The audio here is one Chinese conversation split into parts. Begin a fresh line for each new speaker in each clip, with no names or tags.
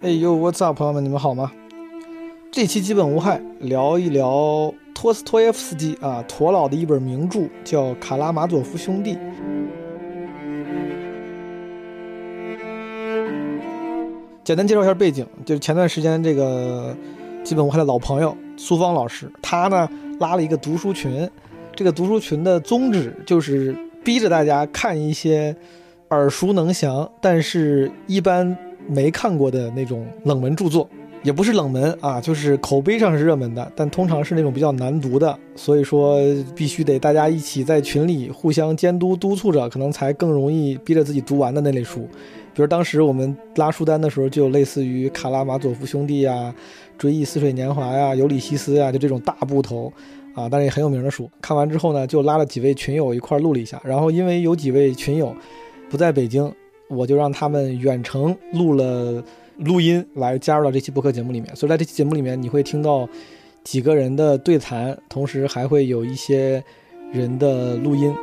哎呦，What's up，朋友们，你们好吗？这期基本无害，聊一聊托斯托耶夫斯基啊，陀老的一本名著叫《卡拉马佐夫兄弟》。简单介绍一下背景，就是前段时间这个基本无害的老朋友苏芳老师，他呢拉了一个读书群，这个读书群的宗旨就是逼着大家看一些耳熟能详，但是一般没看过的那种冷门著作，也不是冷门啊，就是口碑上是热门的，但通常是那种比较难读的，所以说必须得大家一起在群里互相监督督促着，可能才更容易逼着自己读完的那类书。比如当时我们拉书单的时候，就有类似于《卡拉马佐夫兄弟》呀、《追忆似水年华》呀、《尤里西斯》呀，就这种大部头。啊，但是也很有名的书。看完之后呢，就拉了几位群友一块儿录了一下。然后因为有几位群友不在北京，我就让他们远程录了录音来加入到这期播客节目里面。所以在这期节目里面，你会听到几个人的对谈，同时还会有一些人的录音。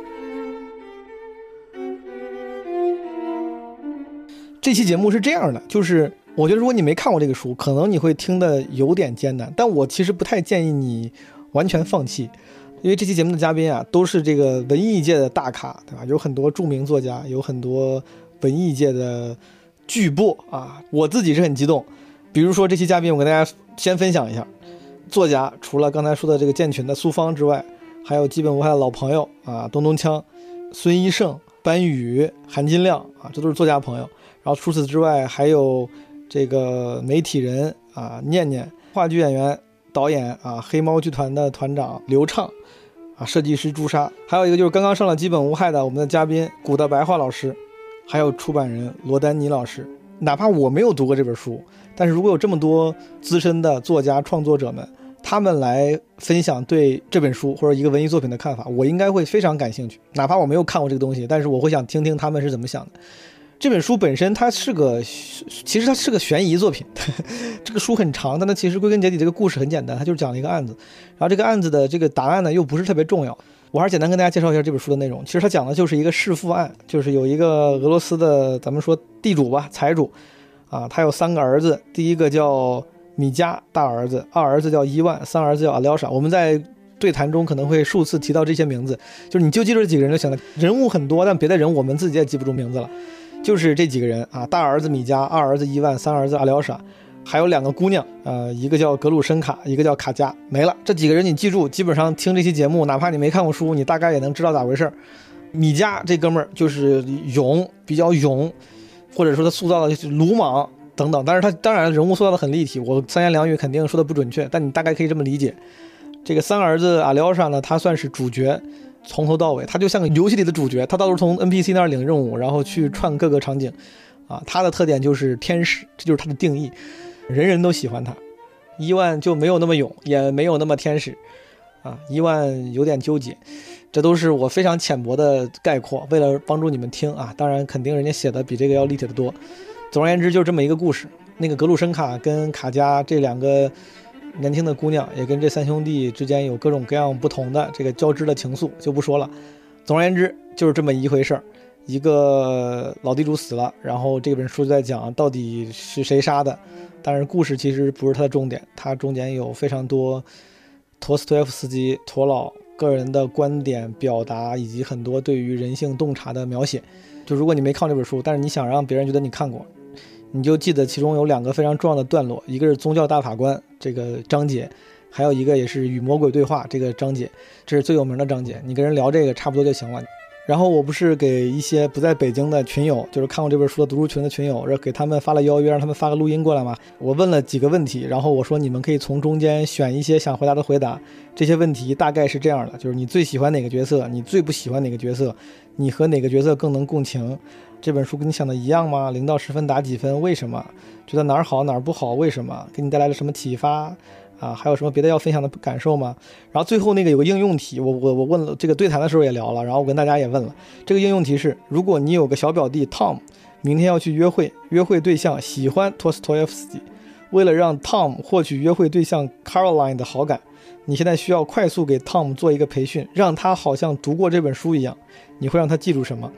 这期节目是这样的，就是我觉得如果你没看过这个书，可能你会听的有点艰难，但我其实不太建议你完全放弃，因为这期节目的嘉宾啊都是这个文艺界的大咖，对吧？有很多著名作家，有很多文艺界的巨擘啊，我自己是很激动。比如说这期嘉宾，我跟大家先分享一下，作家除了刚才说的这个建群的苏芳之外，还有基本无害的老朋友啊，东东锵、孙一胜、班宇、韩金亮啊，这都是作家朋友。然后除此之外，还有这个媒体人啊，念念，话剧演员、导演啊，黑猫剧团的团长刘畅，啊，设计师朱砂，还有一个就是刚刚上了《基本无害》的我们的嘉宾古的白话老师，还有出版人罗丹尼老师。哪怕我没有读过这本书，但是如果有这么多资深的作家、创作者们，他们来分享对这本书或者一个文艺作品的看法，我应该会非常感兴趣。哪怕我没有看过这个东西，但是我会想听听他们是怎么想的。这本书本身它是个，其实它是个悬疑作品。 这个书很长，但它其实归根结底这个故事很简单，它就是讲了一个案子。然后这个案子的这个答案呢又不是特别重要，我还是简单跟大家介绍一下这本书的内容。其实它讲的就是一个弑父案，就是有一个俄罗斯的咱们说地主吧，财主，啊，他有三个儿子，第一个叫米加大儿子，二儿子叫伊万，三儿子叫阿廖沙。我们在对谈中可能会数次提到这些名字，就是你就记住这几个人就行了。人物很多，但别的人我们自己也记不住名字了。就是这几个人啊，大儿子米加，二儿子伊万，三儿子阿廖沙，还有两个姑娘，呃，一个叫格鲁申卡，一个叫卡佳，没了。这几个人你记住，基本上听这期节目，哪怕你没看过书，你大概也能知道咋回事儿。米加这哥们儿就是勇，比较勇，或者说他塑造的鲁莽等等，但是他当然人物塑造的很立体，我三言两语肯定说的不准确，但你大概可以这么理解。这个三儿子阿廖沙呢，他算是主角，从头到尾，他就像个游戏里的主角，他到处从 NPC 那儿领任务，然后去串各个场景，啊，他的特点就是天使，这就是他的定义，人人都喜欢他。伊万就没有那么勇，也没有那么天使，啊，伊万有点纠结，这都是我非常浅薄的概括，为了帮助你们听啊，当然肯定人家写的比这个要立体的多。总而言之，就是这么一个故事。那个格鲁申卡跟卡佳这两个年轻的姑娘也跟这三兄弟之间有各种各样不同的这个交织的情愫，就不说了。总而言之，就是这么一回事儿。一个老地主死了，然后这本书就在讲到底是谁杀的，但是故事其实不是它的重点，它中间有非常多陀思妥耶夫斯基、陀老个人的观点表达，以及很多对于人性洞察的描写。就如果你没看过这本书，但是你想让别人觉得你看过，你就记得其中有两个非常重要的段落，一个是宗教大法官这个章节，还有一个也是与魔鬼对话这个章节，这是最有名的章节。你跟人聊这个差不多就行了。然后我不是给一些不在北京的群友，就是看过这本书的读书群的群友，让给他们发了邀约，让他们发个录音过来嘛。我问了几个问题，然后我说你们可以从中间选一些想回答的回答。这些问题大概是这样的：就是你最喜欢哪个角色，你最不喜欢哪个角色，你和哪个角色更能共情？这本书跟你想的一样吗？零到十分打几分？为什么？觉得哪儿好哪儿不好？为什么？给你带来了什么启发？啊，还有什么别的要分享的感受吗？然后最后那个有个应用题，我我我问了这个对谈的时候也聊了，然后我跟大家也问了，这个应用题是：如果你有个小表弟 Tom，明天要去约会，约会对象喜欢托斯托耶夫斯基，为了让 Tom 获取约会对象 Caroline 的好感，你现在需要快速给 Tom 做一个培训，让他好像读过这本书一样。你会让他记住什么？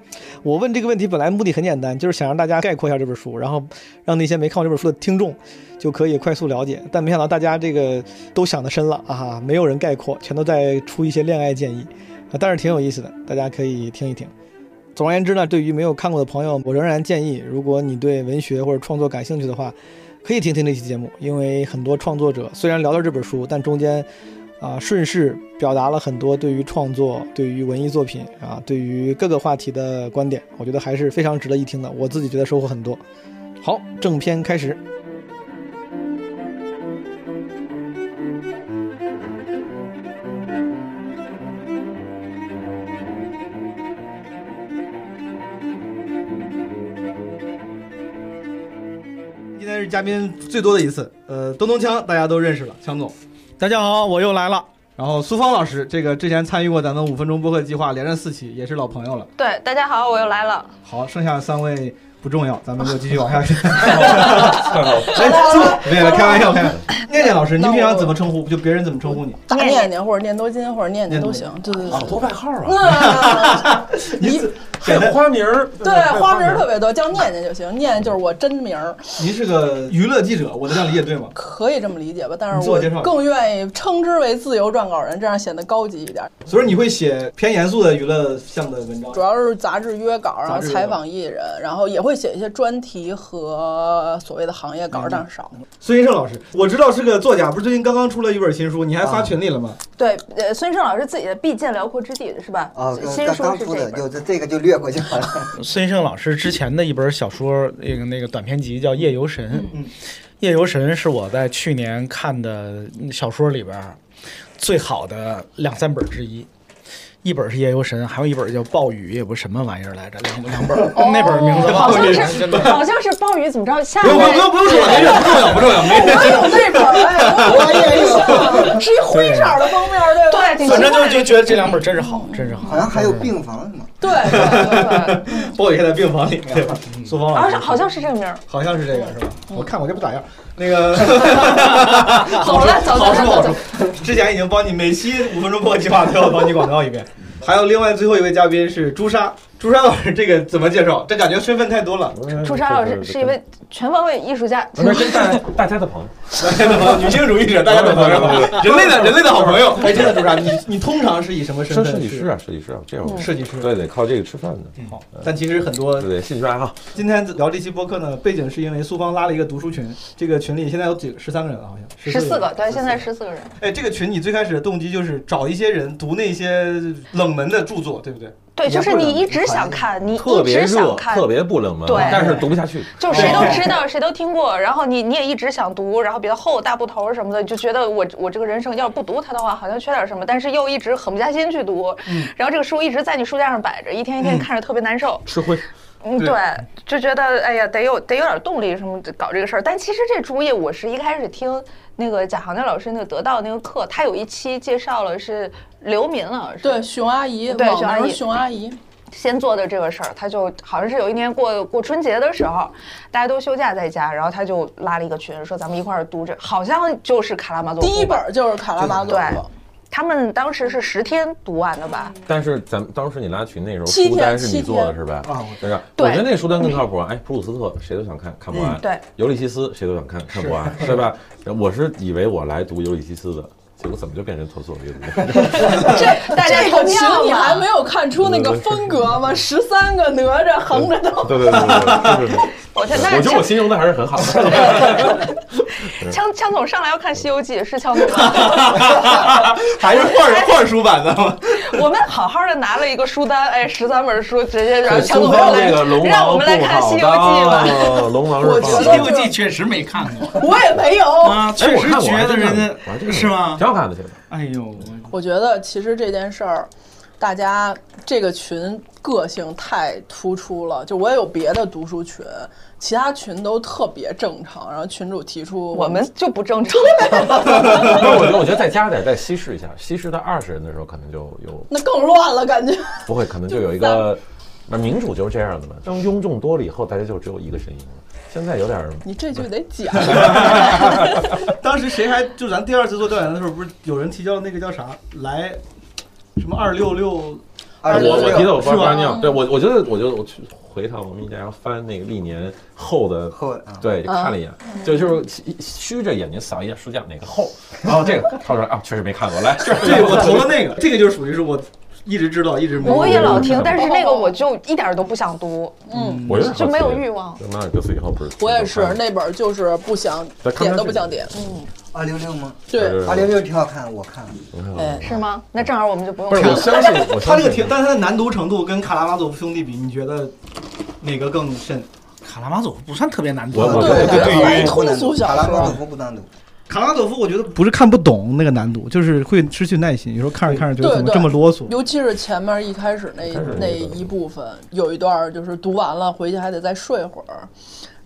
我问这个问题本来目的很简单，就是想让大家概括一下这本书，然后让那些没看过这本书的听众就可以快速了解。但没想到大家这个都想得深了啊，没有人概括，全都在出一些恋爱建议，啊，但是挺有意思的，大家可以听一听。总而言之呢，对于没有看过的朋友，我仍然建议，如果你对文学或者创作感兴趣的话，可以听听这期节目，因为很多创作者虽然聊到这本书，但中间。啊，顺势表达了很多对于创作、对于文艺作品啊、对于各个话题的观点，我觉得还是非常值得一听的。我自己觉得收获很多。好，正片开始。今天是嘉宾最多的一次，呃，东东锵大家都认识了，强总。大家好，我又来了。然后苏芳老师，这个之前参与过咱们五分钟播客计划连着四期，也是老朋友了。
对，大家好，我又来了。
好，剩下三位不重要，咱们就继续往下看。
来了
没有，开玩笑，开玩笑。念念老师，您平常怎么称呼？就别人怎么称呼你？
大念念或者念多金或者念念都行，对对
好
对。
多外号啊，
那
您自
还有花名儿，
对花名儿特
别
别多，叫念念就行。念念就是我真名儿，
您是个娱乐记者，我能这样理解对吗？
可以这么理解吧？但
你
是
自我
我
介绍一下
更愿意称之为自由撰稿人，这样显得高级一点。
所以你会写偏严肃的娱乐向的文章
主。要是杂志约稿，然
杂
后
志约稿
采访艺人，然后也会写一些专题和所谓的行业稿
明，白
但是少。
孙云胜老师，我知道是个作家，不是最近刚刚出了一本新书，你还发群里了吗？
对，呃，孙胜老师自己的《必见辽阔之地》是吧？
啊，
新
刚
书
刚
是
出
这
的，
本。
就这这个就略过就好了。
孙胜老师之前的一本小说，那个那个短篇集叫《夜游神》。夜游神》是我在去年看的小说里边儿最好的两三本之一。一本是《夜游神》，还有一本叫《暴雨》，也不什么玩意儿来着，两两本儿，那本儿名字忘
哦好
了。
像是，好像是暴雨怎么着？下
不用不用
面
不用说了，没事，不重要不重要，没事。
我有那本儿，哎我也 有，是一灰色的封面，对吧？
对，挺
反
奇
正就
怪的。
就觉得这两本真是好，真是好。
好像还有病房是吗？
对对对对。
暴雨还在病房里面，对吧？苏芳老
好
师
像，好像是这个名儿。
好像是这个是吧？
嗯
我看我这不咋样。那个
走了，走走
好说
走
好
走
说。，之前已经帮你每期五分钟破计划都要帮你广告一遍。还有另外最后一位嘉宾是朱砂，朱砂老师这个怎么介绍？这感觉身份太多了。
朱砂老师是一位全方位艺术家，
不是跟大家大家的朋友，
大家的朋友，女性主义者，大家的朋 友，人类的人类的好朋友。哎，真的朱砂，你 你通常是以什么身
是
份？嗯
设计师，啊，设计师啊，这样我
设计师。
对得靠这个吃饭的，
好，但其实很多
对得兴趣爱好。
今天聊这期播客呢，背景是因为苏芳拉了一个读书群，这个群里现在有几个十三个人了，好像
十四个，对，
14
现在十四个人。
哎，这个群你最开始的动机就是找一些人读那些冷门的著作，对不对？
对，就是你一直想看，你一直想看，
别不冷门
对
但是读不下去。
就谁都知道，谁都听过，然后你你也一直想读，然后比较厚大部头什么的，就觉得我我这个人生要是不读它的话，好像缺点什么，但是又一直狠不下心去读，然后这个书一直在你书架上摆着，一天一天看着特别难受，
吃灰，
嗯，
对
对，就觉得哎呀，得有得有点动力什么的搞这个事儿。但其实这主意我是一开始听那个贾航亮老师那个得到那个课，他有一期介绍了是刘民老师，
对，熊阿姨，
对
网
熊阿
名
姨
熊阿姨，
先做的这个事儿，他就好像是有一年过过春节的时候，大家都休假在家，然后他就拉了一个群，说咱们一块儿读这，好像就是卡拉马佐夫。
第一本儿就是卡拉马佐夫，
他们当时是十天读完的
嗯
吧？
但是咱们当时你拉群那时候，
七天
书单是
七
你
天
做的是吧？
啊我
对吧？
对嗯
我觉得那书单更靠谱啊。哎，普鲁斯特谁都想看，看不完。
对，
尤利西斯谁都想看，看不完，对吧？我是以为我来读尤利西斯的，结果怎么就变成厕所 阅读？
这大家
这个
投
群
票
你还
嘛
没？有看出那个风格吗？十三个哪吒横着都，
对对对对对，是是是。
我天，
我
那
觉得我
枪
形容的还是很好的。
枪枪总上来要看《西游记》，是枪总吗？
还是 换换书版的吗？
我们好好的拿了一个书单，哎，十三本书，直接让
对
强总
东方
来
这个龙，
让我
王
们来
不
看《
好
西游记》吧。
当，啊龙王
我
是
觉得
不好
《
当
西游记》确实没看过
我也没有。
啊，
哎
确
我
实
看过
觉得人
我还真看
家
过
是吗？
挺好看的，现在。嗯
哎呦，我
我觉得其实这件事儿，大家这个群个性太突出了。就我也有别的读书群，其他群都特别正常，然后群主提出
我们就不正 常，
不是，我觉得我觉得再加点，再稀释一下，稀释到二十人的时候，可能就有
那更乱了，感觉。
不会，可能就有一个那民主就是这样的嘛。当庸众多了以后，大家就只有一个声音了。现在有点儿
你这句得讲，
当时谁还就咱第二次做调研的时候，不是有人提交那个叫啥来什么二六六？
二
我我提
六
到我
是吧
发尿，对我我觉得我就我去回趟我们一家，然后翻那个历年厚的，
后啊，
对，看了一眼，
嗯
就就是虚虚着眼睛扫一眼书架哪 个厚，然
哦
后这个掏出来啊，确实没看过，来，这
对，我投了那个，这个就是属于是我一直知道一直没。
我也老听
嗯，
但是那个我就一点儿都不想读，
哦嗯，
我有点
就没有欲望。
马尔克斯以后不是，
我也是，那本儿就是不想
对看
点
看
都
这
不
个
想点，嗯，
二六六吗？
对，
二六六挺好看，我看了。
嗯
哎，
是吗？那正好我们就不用
不是
看
我
了。
相信我
他
相
这个
信
挺，但是它的难读程度跟卡拉马佐夫兄弟比，你觉得哪个更甚？
卡拉马佐夫不算特别难读
我
的，
我
对
对
对
哎
于通俗小
卡拉马佐
说，
夫不单独，
卡拉马佐夫我觉得不是看不懂那个难度，就是会失去耐心，有时候看着看着觉得
对
怎么
对
这么啰嗦。
尤其是前面一开始那
开始
那
那一段
一部分，有一段儿就是读完了回去还得再睡会儿，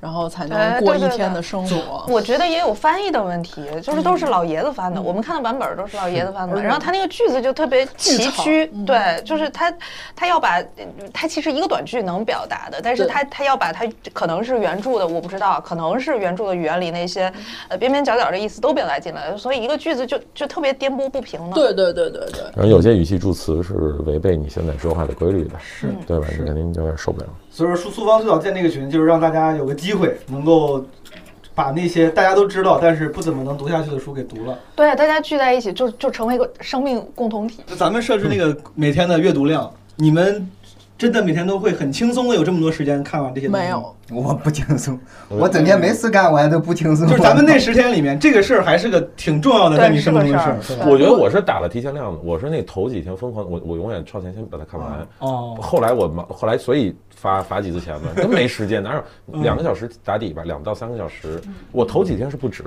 然后才能
哎
过
对
一
对
天
对
的生活。嗯
我觉得也有翻译的问题，就是都是老爷子翻的，我们看的版本都是老爷子翻的。然后他那个句子就特别崎岖，
嗯
对，就是他他要把他其实一个短句能表达的，但是
对
他他要把他可能是原著的，我不知道，可能是原著的语言里那些呃边边角角的意思都表达进来了，所以一个句子就就特别颠簸不平呢。
对对对对对，
然后有些语气助词是违背你现在说话的规律的，是对吧？你肯定有点受不了。
所以说，苏苏方最早建这个群，就是让大家有个机会能够把那些大家都知道但是不怎么能读下去的书给读了。
对，啊大家聚在一起就就成为一个生命共同体。
咱们设置那个
嗯
每天的阅读量，你们真的每天都会很轻松的有这么多时间看完这些？
没有。，
我不轻松，我整天没事干，我还都不轻松。
就是咱们那十天里面，这个事儿还是个挺重要的，
对
在你生命中的
是
事
个
儿。
事儿
对吧
我觉得我是打了提前量的，我是那头几天疯狂，我我永远超前先把它看完。
哦，
后来我忙，后来所以罚罚几次钱 嘛，真没时间，哪有两个小时打底吧？两到三个小时，
嗯
我头几天是不止，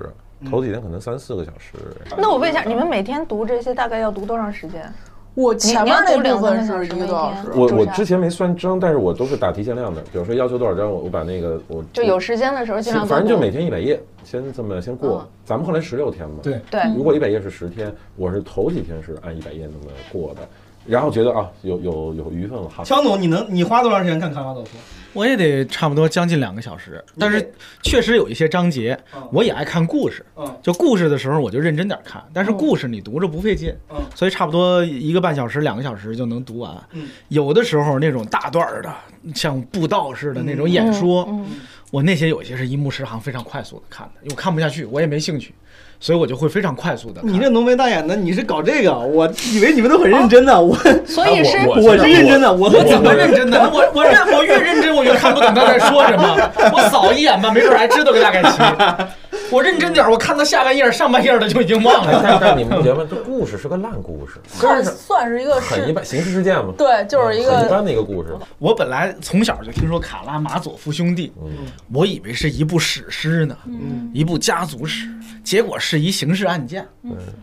头几天可能三四个小时。
嗯
那我问一下，你们每天读这些大概要读多长时间？
我前面那部分
你要读
是
两三个
一
小时
个多小时
每，天
我
就是
我
啊
之前没算章，但是我都是打提前量的，比如说要求多少章，我我把那个我
就有时间的时候尽量多
反正就
读
每天一百页，先这么先过。咱们后来十六天嘛，
对，
对。
如果一百页是十天，我是头几天是按一百页那么过的，然后觉得啊有有有余份了，好，
肖总，你能你花多长时间看《卡拉佐夫》？
我也得差不多将近两个小时，但是确实有一些章节
嗯，
我也爱看故事
嗯，
就故事的时候我就认真点看，但是
嗯
故事你读着不费劲
嗯，
所以差不多一个半小时、两个小时就能读完
嗯。
有的时候那种大段儿的，像布道似的那种
嗯
演说，我那些有些是一目十行，非常快速的看的，因为我看不下去，我也没兴趣，所以我就会非常快速的。
你这浓眉大眼的，你是搞这个？我以为你们都很认真的，我
所以是
啊我
我是认真的，我
我怎么认真的？我我认我越认真，我越看不懂他在说什么。我扫一眼吧，没准还知道个大概齐。我认真点，我看到下半页、上半页的就已经忘了。
哎 但但你们觉得这故事是个烂故事，
算算是一个
很一
是，
般，刑事事件嘛，
对，就是
嗯
一
很一
个
般的一个故事。
我本来从小就听说《卡拉马佐夫兄弟》，
嗯
我以为是一部史诗呢，一部家族史，结果是一刑事案件。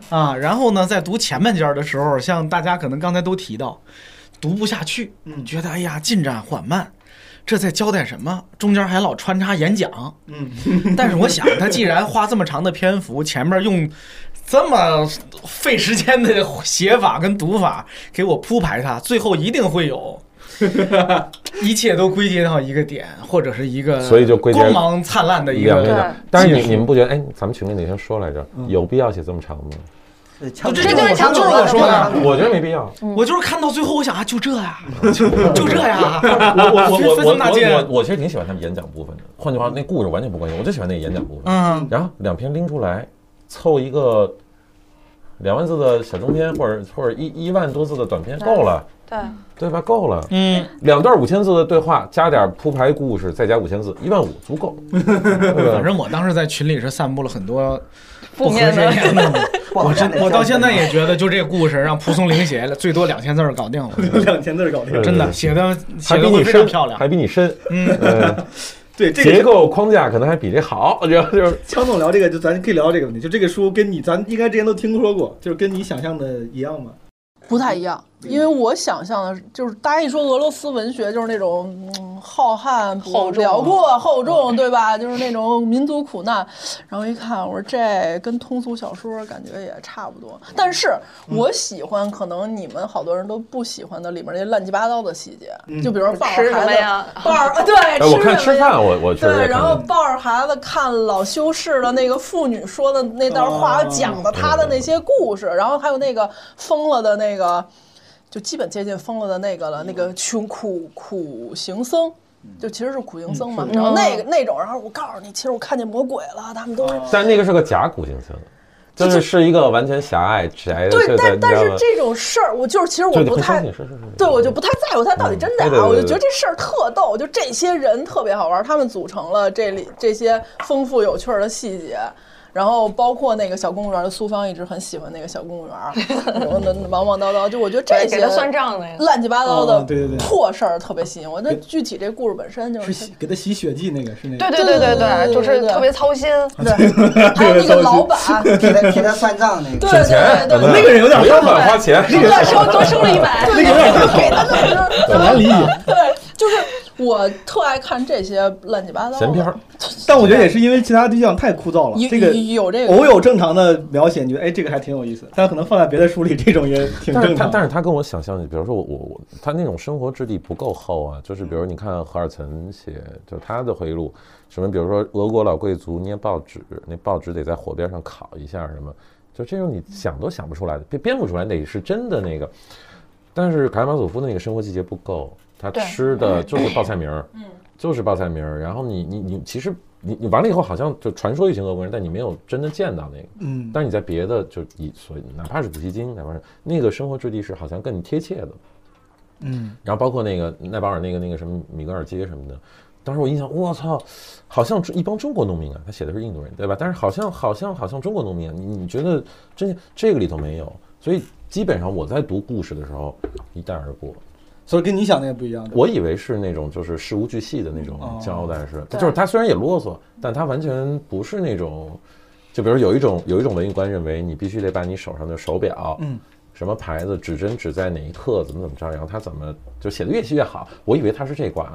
啊，然后呢，在读前半截儿的时候，像大家可能刚才都提到，读不下去，觉得哎呀进展缓慢，这在交代什么？中间还老穿插演讲， 嗯，但是我想，他既然花这么长的篇幅，前面用这么费时间的写法跟读法给我铺排它，最后一定会有。一切都归结到一个点，或者是一个，
所以就归结
光芒灿 烂的一
两面
个，嗯
的，但是你你们不觉得？哎，咱们群里哪天说来着？有必要写这么长吗？
那强
这
子
就是
强子
就是我说的，
我觉得没必要。
我就是看到最后，我想啊，就这呀，就 就这啊呀，
我我我我
分
我
分大
我
劲，
我其实挺喜欢他们演讲部分的。换句话，那故事完全不关心，我就喜欢那个演讲部分。
嗯，
然后两篇拎出来，凑一个两万字的小中篇，或者或者一一万多字的短篇够了，
对，
对吧？够了。
嗯，
两段五千字的对话，加点铺排故事，再加五千字，一万五足够。
反
反
正我当时在群里是散布了很多
负面的
不合人 言
不好
我
看
真
的
我到现在也觉得，就这故事让蒲松龄写了，最多两千字儿搞定了，
两千字儿搞定。
真的写的
还
写
比
的
你
会非常
深
漂，亮
还。比你深， 嗯，
对这
结
个
构框架可能还比这好，然后就是
枪总聊这个，就咱可以聊这个问题。就这个书跟你咱应该之前都听说过，就是跟你想象的一样吗？
不太一样。
嗯
因为我想象的是就是大家一说俄罗斯文学就是那种、嗯、浩瀚、
厚重啊嗯
辽阔、厚重，对吧？就是那种民族苦难。然后一看，我说这跟通俗小说感觉也差不
嗯
多。但是我喜欢，可能你们好多人都不喜欢的里面那些乱七八糟的细节，
嗯
就比如说抱
吃
着
什
孩
么
子
呀
抱着 啊对，
哎，我
什
看吃
么呀
饭，我我确实也
对，
看
然后
了
抱着孩子看老修士的那个妇女说的那段话，
哦
讲
嗯
的他的那些故事，然后还有那个疯了的那个，就基本接近疯了的那个了，那
嗯
个穷苦苦行僧。就其实是苦行僧
嗯
嘛，嗯然后那
哦
个那种，然后我告诉你，其实我看见魔鬼了，他们都是
但那个是个假古镜像，就是是一个完全狭隘窄的，
对，
就
但
你
但
知
是
道吗
这种事儿，我就是其实我
就你
不
会
太
相信，是是是，
对，我就不太在乎它到底真假。
嗯对对对对
我就觉得这事儿特逗，就这些人特别好玩，他们组成了这里这些丰富有趣儿的细节。然后包括那个小公务员，苏芳一直很喜欢那个小公务员，然后呢忙忙叨叨，就我觉得
对
这
给
些
他算账的呀。
乱七八糟
哦
的
对对对
破事儿特别吸引我。那具体这故事本身就是
洗给他洗血迹那个是那个，
对对对对对，就是特别操心。
对，还有那个老板，
替他替他算账 那
对
个。
对
钱
对对，
那
个人有点
不要乱花钱，
多收多收了一百，
对，给他就是
很难理解。
对，就是我特爱看这些乱七八糟的
闲篇儿。
但我觉得也是因为其他对象太枯燥了，
有
这个
有有这个
偶有正常的描写，你觉得哎这个还挺有意思，但可能放在别的书里这种也挺
但是
正
他
常。
但是他跟我想象的，比如说我我我，他那种生活质地不够厚啊，就是比如你看何尔岑写，就是他的回忆录，什么比如说俄国老贵族捏报纸，那报纸得在火边上烤一下什么，就这种你想都想不出来的，编编不出来得是真的那个。但是卡拉马佐夫的那个生活季节不够，他
对
吃的就是报菜名儿，
嗯
就是报菜名儿。然后你你你其实你你完了以后好像就传说一群俄国人，但你没有真的见到那个。
嗯，
但是你在别的就以所以哪怕是普希金，哪怕是那个生活质地是好像更贴切的，
嗯，
然后包括那个奈保尔那个那个什么米格尔街什么的，当时我印象我操，好像一帮中国农民啊，他写的是印度人对吧？但是好像好像好像中国农民啊，你你觉得真这个里头没有，所以基本上我在读故事的时候一带而过，
所以跟你想的也不一样。对吧
我以为是那种就是事无巨细的那种
哦
交代是，
对
就是他虽然也啰嗦，但他完全不是那种，就比如有一种有一种文艺观认为你必须得把你手上的手表，
嗯，
什么牌子指针指在哪一刻怎么怎么着，然后他怎么就写的越细越好，我以为他是这挂的，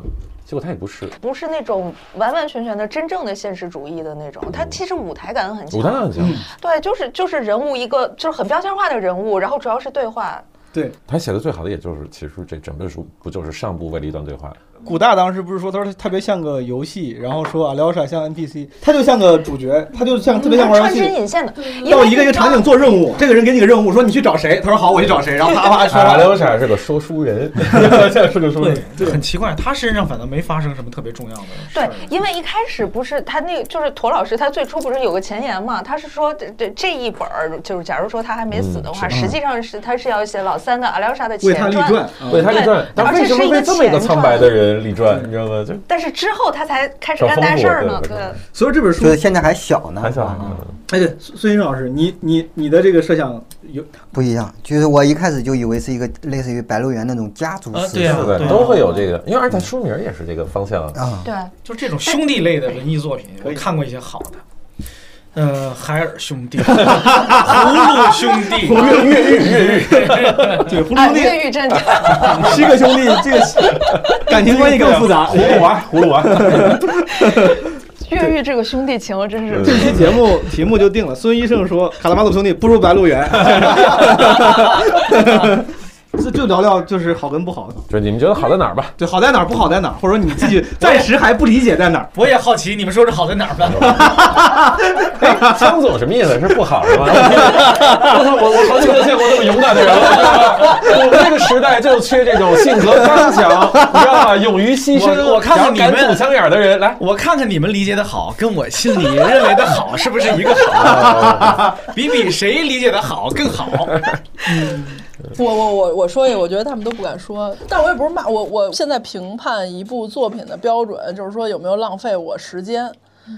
结果他也不
嗯
是，
不是那种完完全全的真正的现实主义的那种，
嗯
他其实舞台感很强。
武当很强，
对，就是就是人物一个就是很标签化的人物，然后主要是对话。
对，
他写的最好的也就是其实这整本书不就是上部为了一段对话，
古大当时不是说，他说他特别像个游戏，然后说阿廖沙像 NPC，他就像个主角，他就像特
嗯
别像玩游
穿
戏。
针引线的，因
到
为
一个一个场景做任务，这个人给你个任务，说你去找谁，他说好，我去找谁，然后啪啪
阿
说
廖沙是个说书 人，阿廖是个说书人，
对，很奇怪，他身上反倒没发生什么特别重要的事
对
儿。，
因为一开始不是他那个，就是驼老师，他最初不是有个前言嘛？他是说这这这一本儿，就是假如说他还没死的话，
嗯
实际上是他是要写老三的阿廖沙的
为
前
他立
传
传，，啊
为他立传，
对
但为什么为这么一个苍白的人立传，
对
你知道吗？就
但是之后他才开始
找
干
丰
大
富
事儿
对
呢。
对对
对，
所以这本书
说的现在还小呢，
还小。嗯
啊
哎，对，孙孙先生老师，你你你的这个设想有
不一样。就是我一开始就以为是一个类似于《白鹿原》那种家族
啊
式
对啊
是
的
的，都会有这个，因为而且它书名也是这个方向。
啊，
对，
就这种兄弟类的文艺作品，我看过一些好的，呃，海尔 兄弟、葫芦兄弟、
越狱越 狱，
对《葫芦
哎，
兄弟
越狱真的，》
七个兄弟，这 个感情关系更复 杂。
葫芦娃，葫芦娃，
越狱这个兄弟情真是。
这期节目题目就定了，孙医生说《卡拉马佐夫兄弟》不如《白鹿原》， 这就聊聊就是好跟不好，
就是你们觉得好在哪儿吧？
对，好在哪儿，不好在哪儿，或者说你自己暂时还不理解在哪儿。
我也好奇你们说这好在哪儿吧？
哎，江总什么意思？是不好是 吗？我操，我我好久没有见过这么勇敢的人了。我们这个时代就缺这种性格刚强，你知道吗？勇于牺牲，
我我看看你们
然后敢堵枪眼儿的人来。
我看看你们理解的好，跟我心里认为的好是不是一个 好？比比谁理解的好更好。
我我我我说一个，我觉得他们都不敢说，但我也不是骂我。我现在评判一部作品的标准就是说有没有浪费我时间，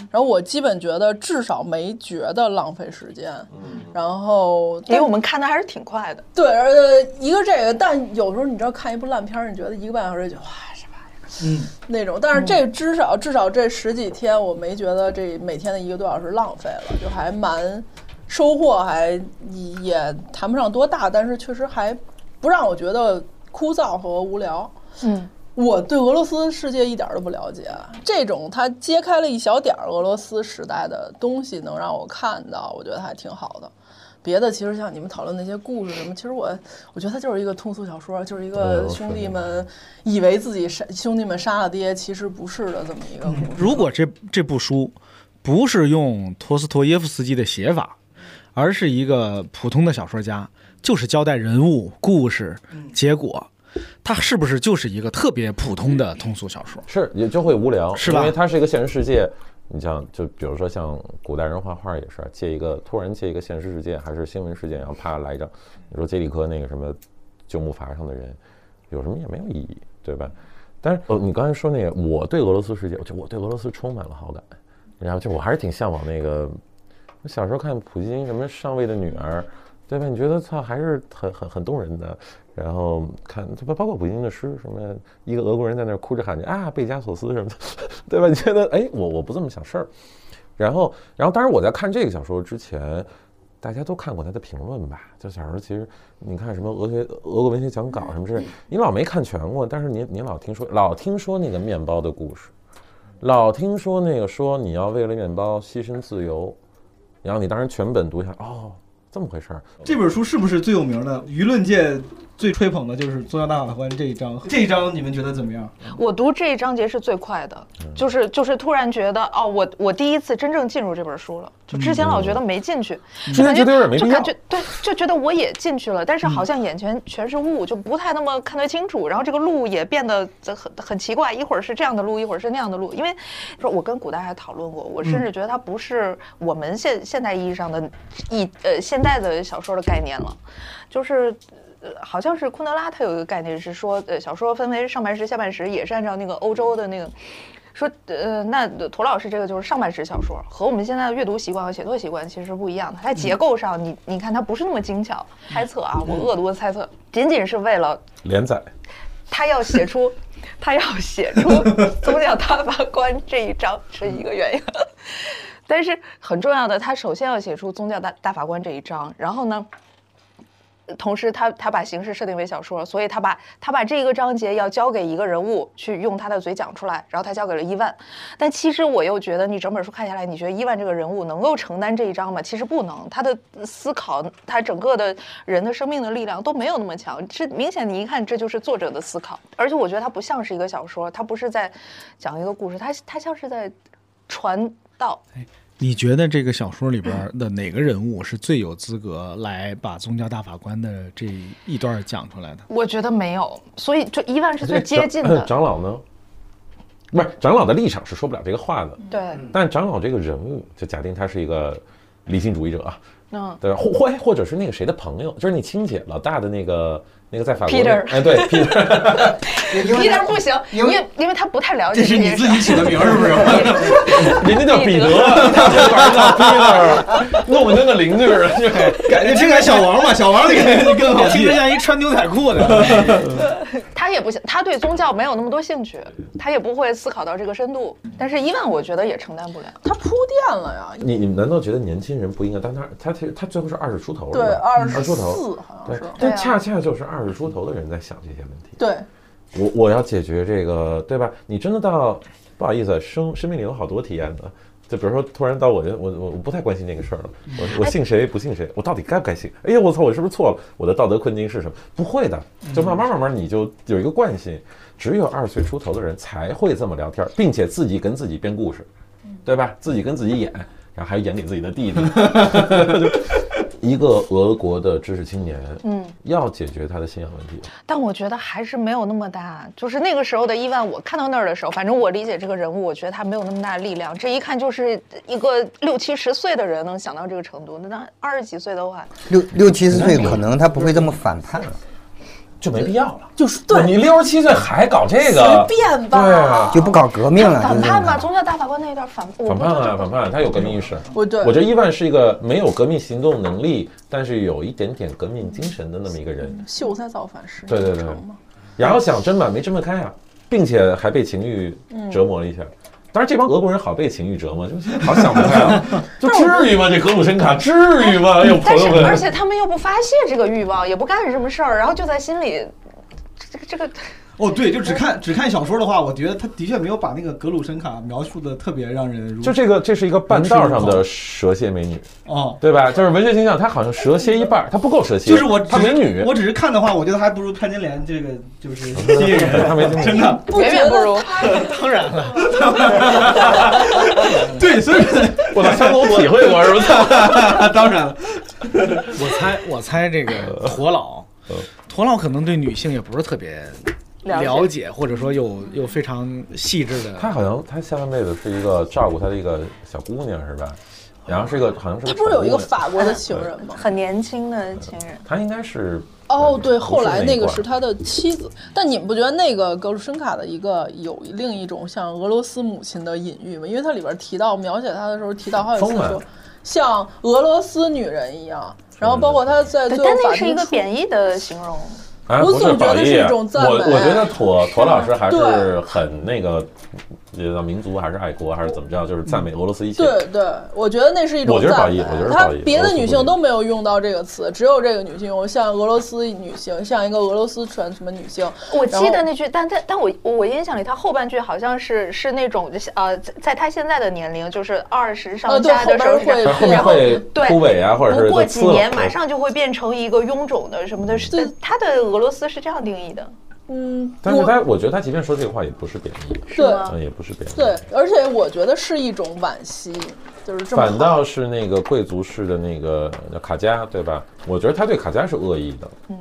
然后我基本觉得至少没觉得浪费时间。
嗯
然后
因为
但
我们看的还是挺快的，
对，呃，一个这个，但有时候你知道看一部烂片儿，你觉得一个半小时就哇是吧？嗯，那种，但是这至少至少这十几天，我没觉得这每天的一个多小时浪费了，就还蛮收获还也谈不上多大，但是确实还不让我觉得枯燥和无聊。
嗯，
我对俄罗斯世界一点儿都不了解，这种他揭开了一小点儿俄罗斯时代的东西，能让我看到，我觉得还挺好的。别的其实像你们讨论那些故事什么，其实我我觉得它就是一个通俗小说，就是一
对
个
我
兄
是
弟们以为自己杀兄弟们杀了爹，其实不是的这么一个故事。
如果这这部书不是用托斯托耶夫斯基的写法，而是一个普通的小说家，就是交代人物、故事、结果，它是不是就是一个特别普通的通俗小说？
是也就会无聊，
是吧
因为它是一个现实世界。你像，就比如说像古代人画画也是啊借一个突然借一个现实世界还是新闻事件，然后啪来一张，你说杰里科那个什么旧木筏上的人，有什么也没有意义，对吧？但是呃，你刚才说那个，我对俄罗斯世界，我就我对俄罗斯充满了好感，然后就我还是挺向往那个，我小时候看普京什么上尉的女儿，对吧？你觉得操还是很很很动人的。然后看包包括普京的诗，什么一个俄国人在那儿哭着喊着啊贝加索斯什么的， 对吧？你觉得哎，我我不这么想事儿。然后然后当然我在看这个小说之前，大家都看过他的评论吧？就小时候其实你看什么俄学俄国文学讲稿什么之类，你老没看全过，但是你你老听说老听说那个面包的故事，老听说那个说你要为了面包牺牲自由，然后你当时全本读一下，哦，这么回事儿。
这本书是不是最有名的？舆论界最吹捧的就是《宗教大法官》这一章，这一章你们觉得怎么样？
我读这一章节是最快的，
嗯
就是就是突然觉得哦，我我第一次真正进入这本书了，就之前老觉得没进去，
之嗯前觉得有点没
就
必要嗯
感觉对，就觉得我也进去了，但是好像眼前全是雾，就不太那么看得清楚。然后这个路也变得很很奇怪，一会儿是这样的路，一会儿是那样的路。因为说我跟古代还讨论过，我
嗯
甚至觉得它不是我们现现代意义上的一呃现代的小说的概念了，就是。呃，好像是昆德拉，他有一个概念是说，呃，小说分为上半时、下半时，也是按照那个欧洲的那个，说，呃，那涂老师这个就是上半时小说，和我们现在的阅读习惯和写作习惯其实是不一样的。它结构上，你你看它不是那么精巧。猜测啊，我恶毒的猜测，仅仅是为了
连载，
他要写出，他要写出宗教大法官这一章是一个原因。 但是很重要的，他首先要写出宗教大大法官这一章，然后呢，同时他他把形式设定为小说，所以他把他把这一个章节要交给一个人物去用他的嘴讲出来，然后他交给了伊万。但其实我又觉得，你整本书看下来，你觉得伊万这个人物能够承担这一章吗？其实不能，他的思考，他整个的人的生命的力量都没有那么强。这明显你一看，这就是作者的思考。而且我觉得他不像是一个小说，他不是在讲一个故事，他他像是在传道。
你觉得这个小说里边的哪个人物是最有资格来把宗教大法官的这一段讲出 来的？
我觉得没有，所以就伊万是最接近
长
的。
长老呢？不是长老的立场是说不了这个话的，
对，
但长老这个人物，就假定他是一个理性主义者啊，
嗯，
对吧，或或或者是那个谁的朋友，就是你亲姐老大的那个那个在法国
Peter
哎对 Peter，
因
伊
为
万不行，因
因为
为因为他不太了解
这是
这
你
件
自
事。
己起的名儿是不是？
人家叫彼得，啊他的 儿子叫 Peter，弄得跟个邻居似的，就
感觉听起来小王吧，小王那个更好
听
记
着。像一穿牛仔裤的，
他也不行，他对宗教没有那么多兴趣，他也不会思考到这个深度。但是伊万，我觉得也承担不了。
它铺垫了呀，
你你们难道觉得年轻人不应该？但他他他他最后是二十出头，是
对，
吧
二十
出
四
嗯啊头，
好像
对
是，，
对啊
但恰恰就是二十出头的人在想这些问题。
对，
我我要解决这个，对吧？你真的到不好意思，生生命里有好多体验的。就比如说，突然到我就我我我不太关心这个事儿了，我我信谁不信谁，我到底该不该信？哎呀，我操，我是不是错了？我的道德困境是什么？不会的，就慢慢慢慢你就有一个惯性，只有二十岁出头的人才会这么聊天儿，并且自己跟自己编故事，
嗯
对吧？自己跟自己演，然后还演给自己的弟弟。 一个俄国的知识青年，嗯，要解决他的信仰问题，
但我觉得还是没有那么大，就是那个时候的伊万，我看到那儿的时候，反正我理解这个人物，我觉得他没有那么大的力量。这一看就是一个六七十岁的人能想到这个程度，那那二十几岁的话，
六六七十岁可能他不会这么反叛了，
就没必要了。
就是
对
对，
你六十七岁还搞这
随
个，
便
对
吧
啊。
就不搞革命了，
反
就是
叛吧，宗教大法官那一段反我
反
不
叛
知
啊
道
反叛，他有革命意识。
我对
我觉得伊万是一个没有革命行动能力，但是有一点点革命精神的那么一个人。
秀才造反十
对
年
对
不
对
成嘛。
嗯
然后想争吧，没争得开啊，并且还被情欲折磨了一下。当然，这帮俄国人好被情欲折磨，就 好想不开啊，就至于吗？这格鲁申卡至于吗？哎呦，朋
嗯但是
友们，
而且他们又不发泄这个欲望，也不干什么事儿，然后就在心里，这个这个
哦，对，就只看只看小说的话，我觉得他的确没有把那个格鲁申卡描述的特别让人如
就这个，这是一个半道
嗯
上的蛇蝎美女，
哦，
对吧？就是文学形象，她好像蛇蝎一半儿，她不够蛇蝎，
就是我
她
只是
美女，
我只是看的话，我觉得还不如潘金莲这个就是吸引人，
她没经 历
真的。
不
远
觉
远不
得
如。
当然了，对，所以说
我操，我体会过，是不是？
当然了，
我猜，我猜这个驼老
嗯
呃，
驼老可能对女性也不是特别
了解
了解，或者说有有非常细致
她
的。
好像她下半辈子是一个照顾她的一个小姑娘，是吧？然后是一个好像是
他不是有一个
法，
法国的情人吗？
哎很年轻的情人，
她应该是呃
哦，对，
不是
后来那个
一
是
贯
他的妻子。但你们不觉得那个格鲁申卡的一个有另一种像俄罗斯母亲的隐喻吗？因为它里边提到描写他的时候提到好几次
丰满
说，像俄罗斯女人一样。然后包括他在
对，
最后
但那
法
是一
庭
个
出
贬义的形容。
哎，
我
不是
总觉
褒
得
义
是一种赞
我
美
我觉得妥妥老师还是
对
很那个，也叫民族还是爱国还是怎么着，就是赞美俄罗斯一
嗯
切。
对对，我觉得那是一种
我觉得
赞
褒义
美
我觉得。
她
褒义
别
我
的
同
女
意
性都没有用到这个词，只有这个女性用。像俄罗斯女性，像一个俄罗斯传什么女性，
我
然
记得
后
那句，但但但我我印象里，他后半句好像是是那种呃，在在他现在的年龄，就是二十
呃
上
对
下的时候
后边
是这样，
但是后面
然后
会
对
枯萎啊，或者
不
是
过
就
几
刺
年
了
马上就会变成一个臃肿的什么的。
对
是他的俄罗斯是这样定义的，
嗯，
但是
我
他，我觉得他即便说这个话，也不是贬义，
是
对
吗？
嗯，也不是贬义，
对，，而且我觉得是一种惋惜，就是这么
反
好
倒是那个贵族式的那个叫卡加，对吧？我觉得他对卡加是恶意的，嗯，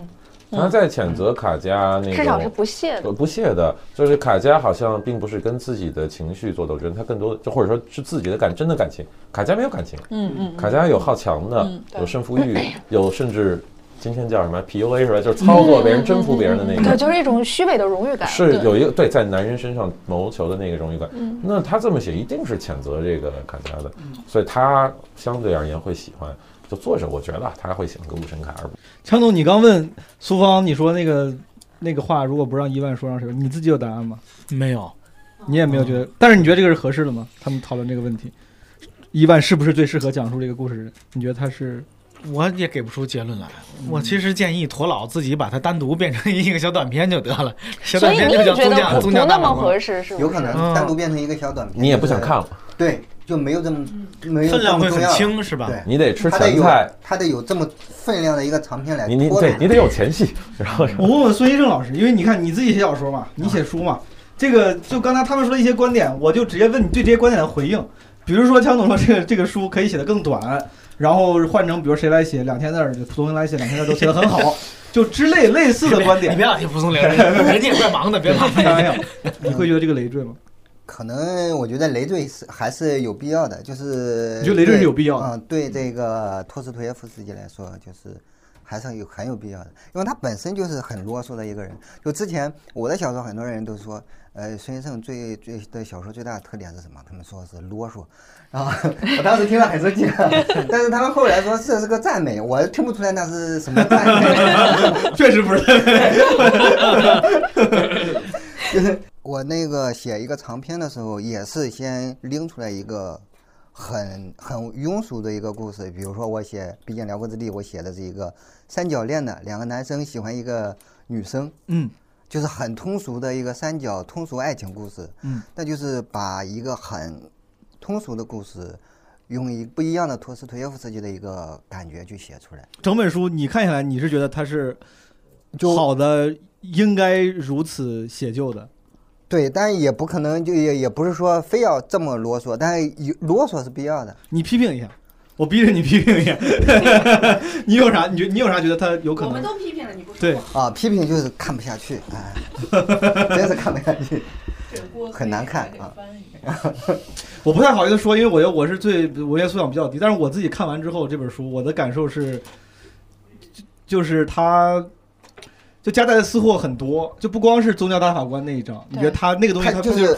他在谴责卡加那种，
至少是不屑的
呃。不屑的，就是卡佳好像并不是跟自己的情绪做斗争，他更多就或者说是自己的感真的感情。卡佳没有感情，嗯嗯，卡佳有好强的，有胜负欲，有甚至今天叫什么 PUA 是吧？就是操作别人、征服别人的那
嗯对，
个。
就是一种虚伪的荣誉感。
是有一个对在男人身上谋求的那个荣誉感，那他这么写一定是谴责这个卡佳的，所以他相对而言会喜欢。就作者我觉得啊他会喜欢格鲁申卡，而不
强总，你刚问苏芳，你说那个那个话，如果不让伊万说，让谁说？你自己有答案吗？
没有，嗯
你也没有觉得，但是你觉得这个是合适的吗？他们讨论这个问题，伊万是不是最适合讲述这个故事的人？你觉得他是？
我也给不出结论来。我其实建议驼老自己把它单独变成一个小短片就得了，小
所
短
以
片
你
就
也
叫
觉
宗
得
教
不
宗
不
教
那
大
么
法官。
合适，是不是？
有可能单独变成一个小短片，
你也不想看了，
对，就没有这么没有
分量
这么
会
重
很
要了
轻是吧？
对，
嗯你得吃
他得
前
有
菜，
他得有这么分量的一个长片来
你你
拖嗯
对
着
你得有前戏，然后
我问问孙医生老师，因为你看你自己写小说嘛，你写书嘛，这个就刚才他们说的一些观点，我就直接问你对这些观点的回应。比如说，强总说这个这个书可以写得更短，然后换成比如谁来写两千字儿，蒲松龄来写两千字儿都写得很好，就之类类似的观
你
点。
别老提蒲松龄， 人家也怪忙 的，别骂。
开玩笑， 你会觉得这个累赘吗？
可能我觉得累赘是还是有必要的，就是
你觉得累赘是有必要的
嗯，对这个托斯托耶夫斯基来说，就是还是有很有必要的，因为他本身就是很啰嗦的一个人。就之前我的小说，很多人都说，呃，孙先生最最的小说最大的特点是什么？他们说是啰嗦，然后我当时听了很生气，但是他们后来说这是个赞美，我听不出来那是什么赞美。
确实不是，
我那个写一个长篇的时候，也是先拎出来一个很很庸俗的一个故事，比如说我写《毕竟辽阔之地》，我写的是一个三角恋的，两个男生喜欢一个女生，
嗯，
就是很通俗的一个三角通俗爱情故事，
嗯，
那就是把一个很通俗的故事，用一不一样的托斯托耶夫斯基的一个感觉去写出来。
整本书你看下来，你是觉得他是
就
好的，应该如此写就的。
对，但也不可能就也也不是说非要这么啰嗦，但是有啰嗦是必要的。
你批评一下，我逼着你批评一下。你有啥？你觉你有啥觉得他有可
我们
能？
都批评了，你不说
对
我
啊，批评就是看不下去，哎， 真是看不下去。
这个锅
很难看啊
啊。
我不太好意思说，因为我觉得我是最文学素养比较低，但是我自己看完之后这本书，我的感受是，就就是它。就夹带的私货很多，就不光是宗教大法官那一章，你觉得他那个东西
他
它
就
不仅
是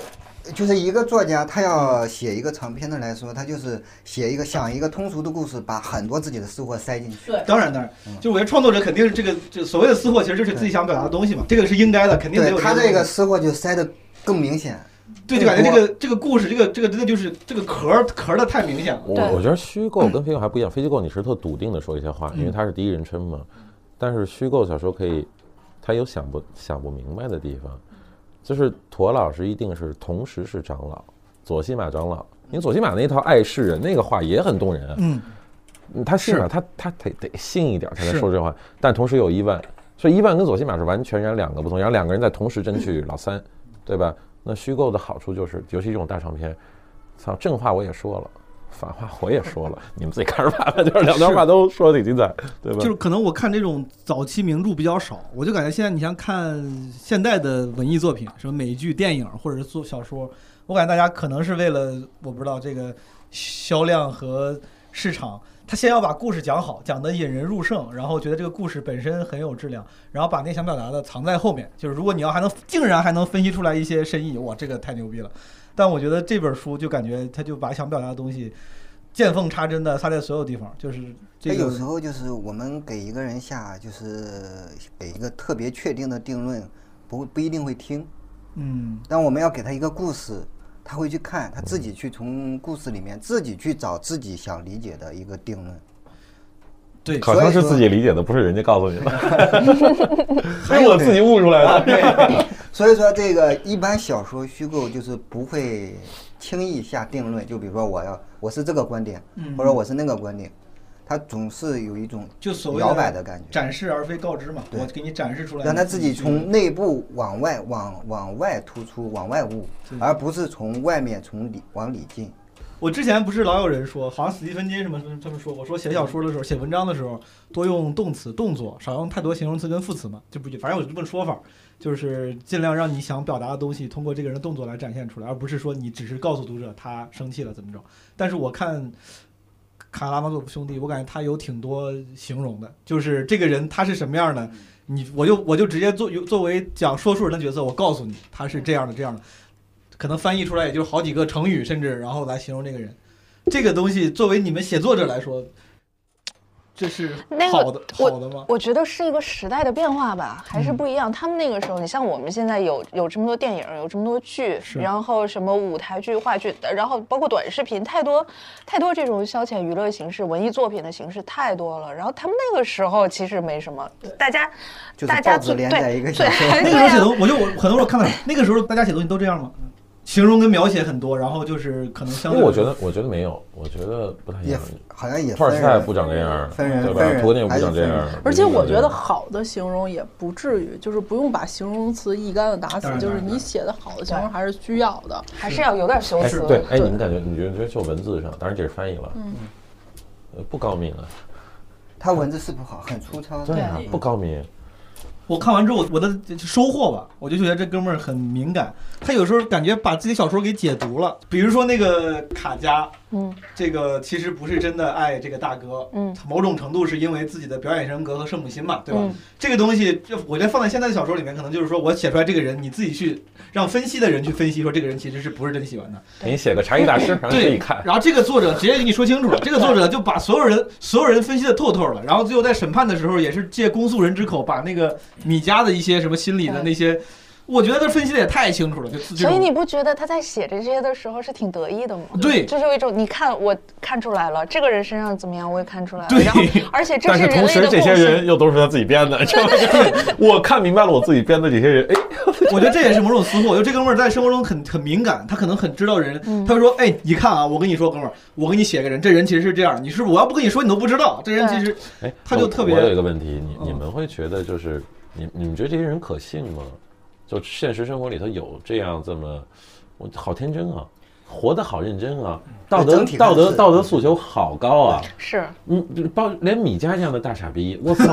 就是一个作家，他要写一个长篇的来说，他就是写一个想一个通俗的故事，把很多自己的私货塞进去。嗯
对，
当然，当然，就是我觉得创作者肯定是这个，这所谓的私货，其实就是自己想表达的东西嘛，这个是应该的，肯定得
对
有。
他这个，私货就塞得更明显。
对，就感觉这个这个故事，这个这个真的就是这个壳儿壳儿的太明显了。
我
对
我觉得虚构跟非构还不一样，非虚构你是特笃定的说一些话，因为它是第一人称嘛。但是虚构小说可以，它有想不想不明白的地方，就是驼老师一定是同时是长老，左西马长老。你左西马那一套爱世人那个话也很动人啊，
嗯，
嗯他信了，他他得得信一点才能说这话，但同时有伊万，所以伊万跟左西马是完全然两个不同，然后两个人在同时争取老三，对吧？那虚构的好处就是，尤其这种大长篇，操，正话我也说了，反话我也说了，你们自己看着办吧，就是两段话都说的挺精彩，对吧？
就是可能我看这种早期名著比较少，我就感觉现在你像看现代的文艺作品，什么美剧、电影或者是做小说，我感觉大家可能是为了我不知道这个销量和市场，他先要把故事讲好，讲得引人入胜，然后觉得这个故事本身很有质量，然后把那想表达的藏在后面。就是如果你要还能竟然还能分析出来一些深意，哇，这个太牛逼了！但我觉得这本书就感觉他就把想表达的东西见缝插针的撒在所有地方，就是这
那
个
有时候就是我们给一个人下，就是给一个特别确定的定论，不不一定会听，
嗯。
但我们要给他一个故事，他会去看，他自己去从故事里面自己去找自己想理解的一个定论。
对，
好像是自己理解的，不是人家告诉你
哎
的，
还有
己悟出来的。
所以说，这个一般小说虚构就是不会轻易下定论，就比如说我要我是这个观点，或者我是那个观点，它总是有一种
嗯就所谓
摇摆的感觉，
展示而非告知嘛，
对
我给你展示出来，
让他
他
自己从内部往外往往外突出，往外悟，而不是从外面从里往里进。
我之前不是老有人说，好像史蒂芬金什么什么他们说，我说写小说的时候、写文章的时候，多用动词、动作，少用太多形容词跟副词嘛，就不反正有这么说法，就是尽量让你想表达的东西通过这个人的动作来展现出来，而不是说你只是告诉读者他生气了怎么着。但是我看卡拉马佐夫兄弟，我感觉他有挺多形容的，就是这个人他是什么样的，你我就我就直接作作为讲说书人的角色，我告诉你他是这样的这样的。可能翻译出来也就是好几个成语，甚至然后来形容这个人。这个东西作为你们写作者来说，这是
那个
好的
我
好的吗？
我觉得是一个时代的变化吧，还是不一样。他们那个时候，你像我们现在有有这么多电影，有这么多剧，
是
然后什么舞台剧、话剧，然后包括短视频，太多太多这种消遣娱乐形式、文艺作品的形式太多了。然后他们那个时候其实没什么，大家
就是
大家
报纸
最
连载一个
对
小
最
说
那个时候写东，我就我很多时候看到那个时候大家写东西都这样吗？形容跟描写很多，然后就是可能相
因
对
为
来
我觉
说
得，我觉得没有，我觉得不太一
也
样。
好像也
托尔斯
分
泰
人
不长这样，
分人
对
分人
吧？托尼也不长这
还是
样
分人。
而且我觉得好的形容也不至于，就是不用把形容词一竿子打死
当，然
就是
当然
你写的好的形容还是需要的。
还是要有点修
哎，
辞。
对，
对
哎，
嗯
你们感觉，你觉得觉得就文字上，当然这是翻译了，呃，不高明啊，
他文字是不好，很粗糙。
对啊，不高明，
我看完之后，我的收获吧，我就觉得这哥们儿很敏感。他有时候感觉把自己小说给解读了，比如说那个卡佳，
嗯，
这个其实不是真的爱这个大哥，
嗯，
某种程度是因为自己的表演人格和圣母心嘛，对吧？
嗯
这个东西，就我觉得放在现在的小说里面，可能就是说我写出来这个人，你自己去让分析的人去分析，说这个人其实是不是真喜欢他。
你写个茶艺大师，让自己
对，
看。
然后这个作者直接给你说清楚了，这个作者就把所有人所有人分析的透透了，然后最后在审判的时候也是借公诉人之口把那个米家的一些什么心理的那些，我觉得他分析的也太清楚了，就自
所以你不觉得他在写这些的时候是挺得意的吗？
对
就是有一种你看我看出来了，这个人身上怎么样，我也看出来了。
对
然后而且这
但是
人
同
类的
时，
故
这
事。
些人又都是他自己编的，这我看明白了，我自己编的这些人，哎，
我觉得这也是某种私货，就这哥们儿在生活中很很敏感，他可能很知道人，他会说，哎，你看啊，我跟你说，哥们儿，我给你写个人，这人其实是这样，你是不是我要不跟你说，你都不知道，这人其实
哎，
他就特别
我有一个问题，你
嗯
你们会觉得就是你你们觉得这些人可信吗？就现实生活里头有这样这么，我好天真啊，活得好认真啊，道德
整体看
道德
是
道德诉求好高啊，
是，
嗯，包连米家这样的大傻逼，我操，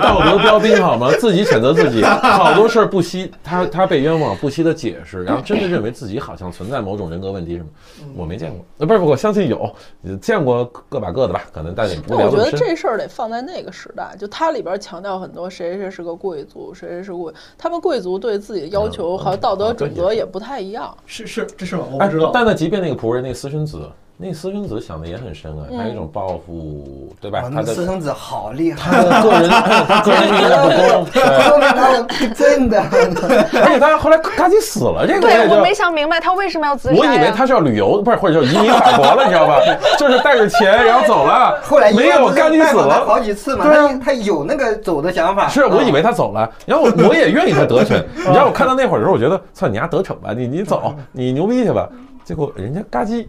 道德标兵好吗？自己谴责自己，好多事儿不惜他他被冤枉，不惜的解释，然后真的认为自己好像存在某种人格问题什么，我没见过，呃，不是，我相信有，呃见过个把个的吧，可能但也不
那我
聊
觉
这么
得
深。
这事儿得放在那个时代，就它里边强调很多谁谁是个贵族，谁谁是贵，他们贵族对自己的要求
嗯
和道德
嗯对
准则也不太一样。
是是这是吗？我
哎
不知道，
但那即便那个仆人，那个私生子，那私生子想的也很深啊，他有一种报复，对吧？
哇，
他
啊那个
的
私生子好厉害，
他的个人他个人意愿不公，对，
都给 他我真的，
而且他后来嘎叽死了，这个
对
也
我
就。
没想明白他为什么要自杀呀
我以为他是要旅游，不是或者就移民法国了，你知道 吧？就是带着 钱然后走了，
后来
没有干你
你
死了，
好几次嘛，
对啊
他他有那个走的想法，嗯
是我以为他走了，然后我我也愿意他 得逞。你知道我看到那会儿的时候，我觉得操你丫得逞吧，你你走，
嗯
你牛逼去吧。结果人家嘎叽，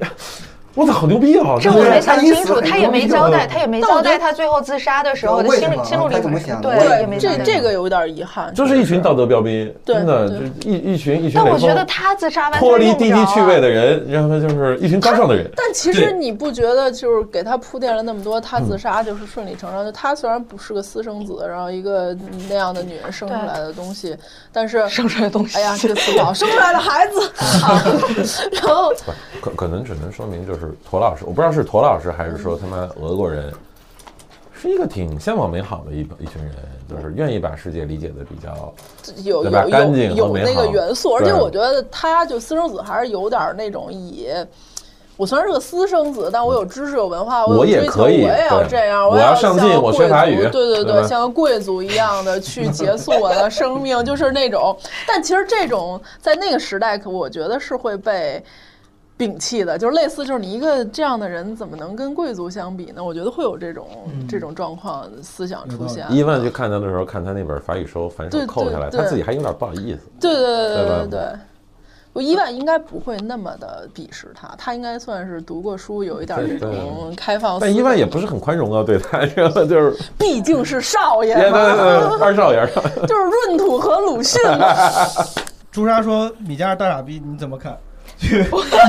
我操，好牛逼啊！
这
就
我
是
没想清楚，
他一死
他也没交代，他也没交
但我觉
代
得
他最后自杀的时候的
为
心
什
理
啊
么
心路
他
历
怎么
程，
想的我也
也没
没
交
想
代
这
到。
这个有点遗憾，
就是一群道德标兵，
对
真的，
对
就是一一群一群
但
雷
我觉得
锋，
他自杀完全
脱离
用不
低
着
级
啊
趣味的人，然后就是一群高尚的人。
但其
对
实你不觉得，就是给他铺垫了那么多，他
嗯
自杀就是顺理成章。就他虽然不是个私生子，然后一个那样的女人生出来的东西，但是生出来的东西，哎呀，这个词不好，生出来的孩子。 然后
不可可能只能说明就是驼老师，我不知道是驼老师还是说他妈俄国人，是一个挺向往美好的一一群人，就是愿意把世界理解的比较
有有
对吧干净
有
和
有
美
那个
好
元素，而且
对
我觉得他就私生子还是有点那种以。我虽然是个私生子，但我有知识、有文化，
我
有
也
追求，
可以
我也要
对
这样，
我
要
要上进
像个
我学法
贵族
语
对对
对吧
对，像个贵族一样的去结束我的生命，就是那种。但其实这种在那个时代，可我觉得是会被摒弃的，就是类似，就是你一个这样的人，怎么能跟贵族相比呢？我觉得会有这种这种状况思想
嗯有
出
道理
现。
伊万去看他的时候，看他那本法语书反手
对
扣下来，
对
他
对
自己还有点不好意思。
对对对对对
对吧
对。我伊万应该不会那么的鄙视他，他应该算是读过书，有一点这
对对
种开放思维。
但伊万也不是很宽容啊，对他，这 个就是，
毕竟是少爷
对对
嘛，
对对，二少爷，二少爷
就是闰土和鲁迅嘛。
朱砂说米加尔大傻逼，你怎么看？你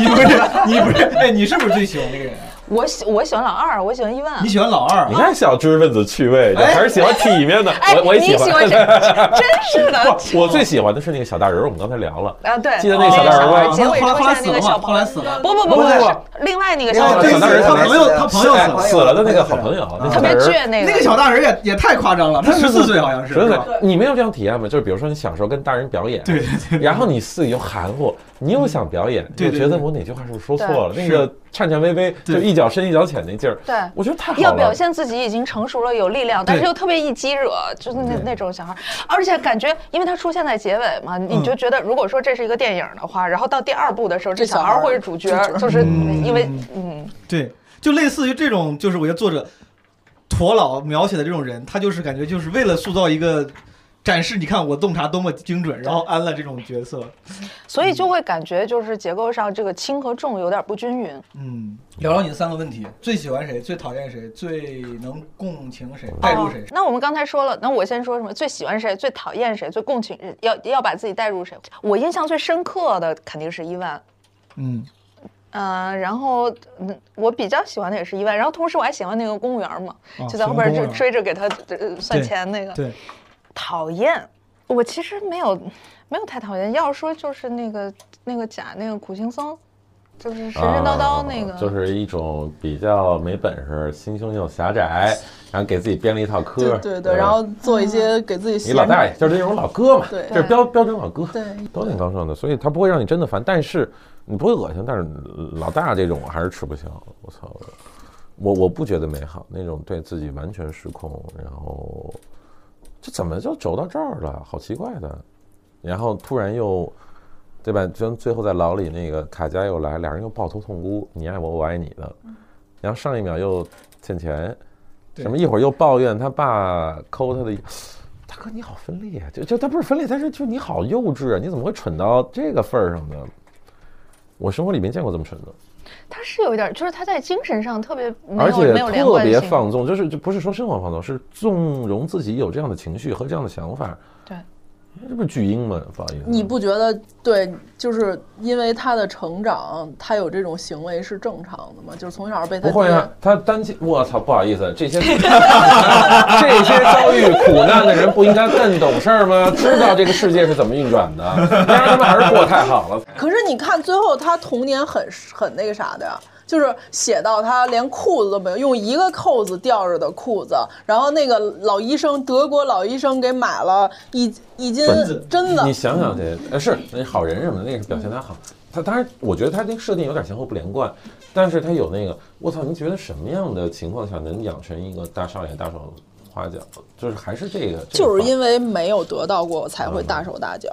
不是你不是哎，你是不是最喜欢这 个人？
我喜我喜欢老二，我喜欢伊万
你。喜欢老二啊
你？看小知识分子趣味，还是喜欢体面的。
哎，
我我也
你喜欢谁？真是的
不，我最喜欢的是那个小大人儿，我们刚才聊了。
啊！对，
记得那个
那
小
个
大
小
人
孩
吗
结尾
后来
出
后来
现
死
那
了吗
个小
后
朋
来
友，
死了。
不不不
不不
是另外那个小
另
孩
外
小
他
对
大人他
朋友
对
他朋友死了嗯
对，
死了的那个好朋友，那
特别
小大人儿
倔那
那个
个。
小大人也也太夸张了，他十四岁好像是，
真
是
的
吧，
你没有这样体验吗？就是比如说你小时候跟大人表演，
对对对，
然后你自己又含糊，你又想表演，
对
就
对
觉得
对
我哪句话是不是说错了？
对
那个颤颤巍巍，就
对
一脚深一脚浅那劲儿，
对，
我觉得太好了。
要表现自己已经成熟了、有力量，但是又特别易激惹，就是那
对
那种小孩儿，而且感觉因为他出现在结尾嘛，你就觉得如果说这是一个电影的话，然后到第二部的时候，这
这小
小
孩
孩
儿
儿会是主角
主角，
就是因为嗯，
对，就类似于这种，就是我觉得作者驼老描写的这种人，他就是感觉就是为了塑造一个展示，你看我洞察多么精准，然后安了这种角色，
所以就会感觉就是结构上这个轻和重有点不均匀。
嗯，聊聊你的三个问题：最喜欢谁？最讨厌谁？最能共情谁？带入谁
哦？那我们刚才说了，那我先说什么？最喜欢谁？最讨厌谁？最共情？要要把自己带入谁？我印象最深刻的肯定是伊万。
嗯，
嗯、然后嗯，我比较喜欢的也是伊万，然后同时我还喜欢那个公务员嘛，
哦
就在后边
喜欢公务
追
员
追着给他、呃、算
对
钱那个。
对，
讨厌，我其实没有没有太讨厌，要说就是那个那个假那个苦行僧，就是神神叨叨那个。
啊就是一种比较没本事、心胸又狭窄，然后给自己编了一套科
对
儿。
对对，
吧
然后做一些给自己
你
闲
老大爷就是这种老哥嘛，
对哎
这是标标准老哥，
对
都挺高尚的，所以他不会让你真的烦，但是你不会恶心，但是老大这种我还是吃不消，我操，我我不觉得美好，那种对自己完全失控，然后这怎么就走到这儿了，好奇怪的，然后突然又。对吧？就最后在牢里，那个卡佳又来，俩人又抱头痛哭，你爱我，我爱你的。
嗯
然后上一秒又欠钱，
对
什么一会儿又抱怨他爸抠他的衣，大哥你好分裂啊，就就他不是分裂，但是就你好幼稚啊，你怎么会蠢到这个份儿上呢？我生活里没见过这么蠢的，
他是有一点，就是他在精神上特别没
而
有
且
没有连贯
特别
性。
放纵，就是就不是说生活放纵，是纵容自己有这样的情绪和这样的想法。
对，
这不是巨婴吗？不好意思，
你不觉得对？就是因为他的成长，他有这种行为是正常的吗？就是从小
嗯
被他
不会
爹
啊，他担心，我操，不好意思，这些 这些遭遇苦难的人不应该更懂事儿吗？知道这个世界是怎么运转的，但是他们还是过太好了。
可是你看，最后他童年很很那个啥的呀，就是写到他连裤子都没有，用一个扣子吊着的裤子，然后那个老医生，德国老医生给买了一一斤
本
子
真的
你，想想这，呃，是那好人什么的，那个是表现他好。他当然，我觉得他这个设定有点前后不连贯，但是他有那个，我操，你觉得什么样的情况下能养成一个大少爷、大手花脚？就是还是这个，这个嗯
就是
范
因为没有得到过，我才会大手大脚。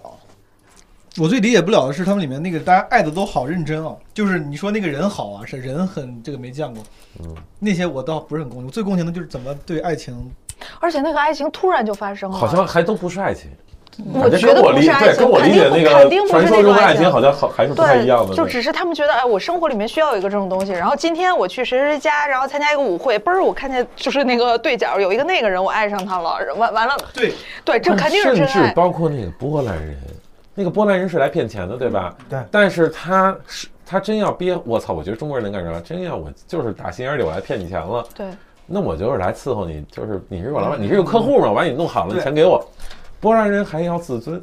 我最理解不了的是他们里面那个大家爱的都好认真哦，就是你说那个人好啊，是人很这个没见过，
嗯，
那些我倒不是很共情，我最共情的就是怎么对爱情，
而且那个爱情突然就发生了，
好像还都不是爱情，
我
感觉
觉
跟
得
我
不
理
是爱
对
情，
跟我理
肯
解
定
那
不肯定
个
不
传
是
说
那
中
种
的爱
情
情，好像好还是不太一样的。
对，就只是他们觉得，哎，我生活里面需要有一个这种东西。然后今天我去谁谁谁家，然后参加一个舞会，嘣儿，我看见就是那个对角有一个那个人，我爱上他了。完完了，
对，
对，这肯定是
嗯甚
真
至
爱。
包括那个波兰人，那个波兰人是来骗钱的，对吧？
对
但是他是他真要憋，我操！我觉得中国人能干什么？真要我就是打心眼里我来骗你钱了，
对，
那我就是来伺候你，就是你是我老板，你是个客户嘛，我把你弄好了，你钱给我。波兰人还要自尊，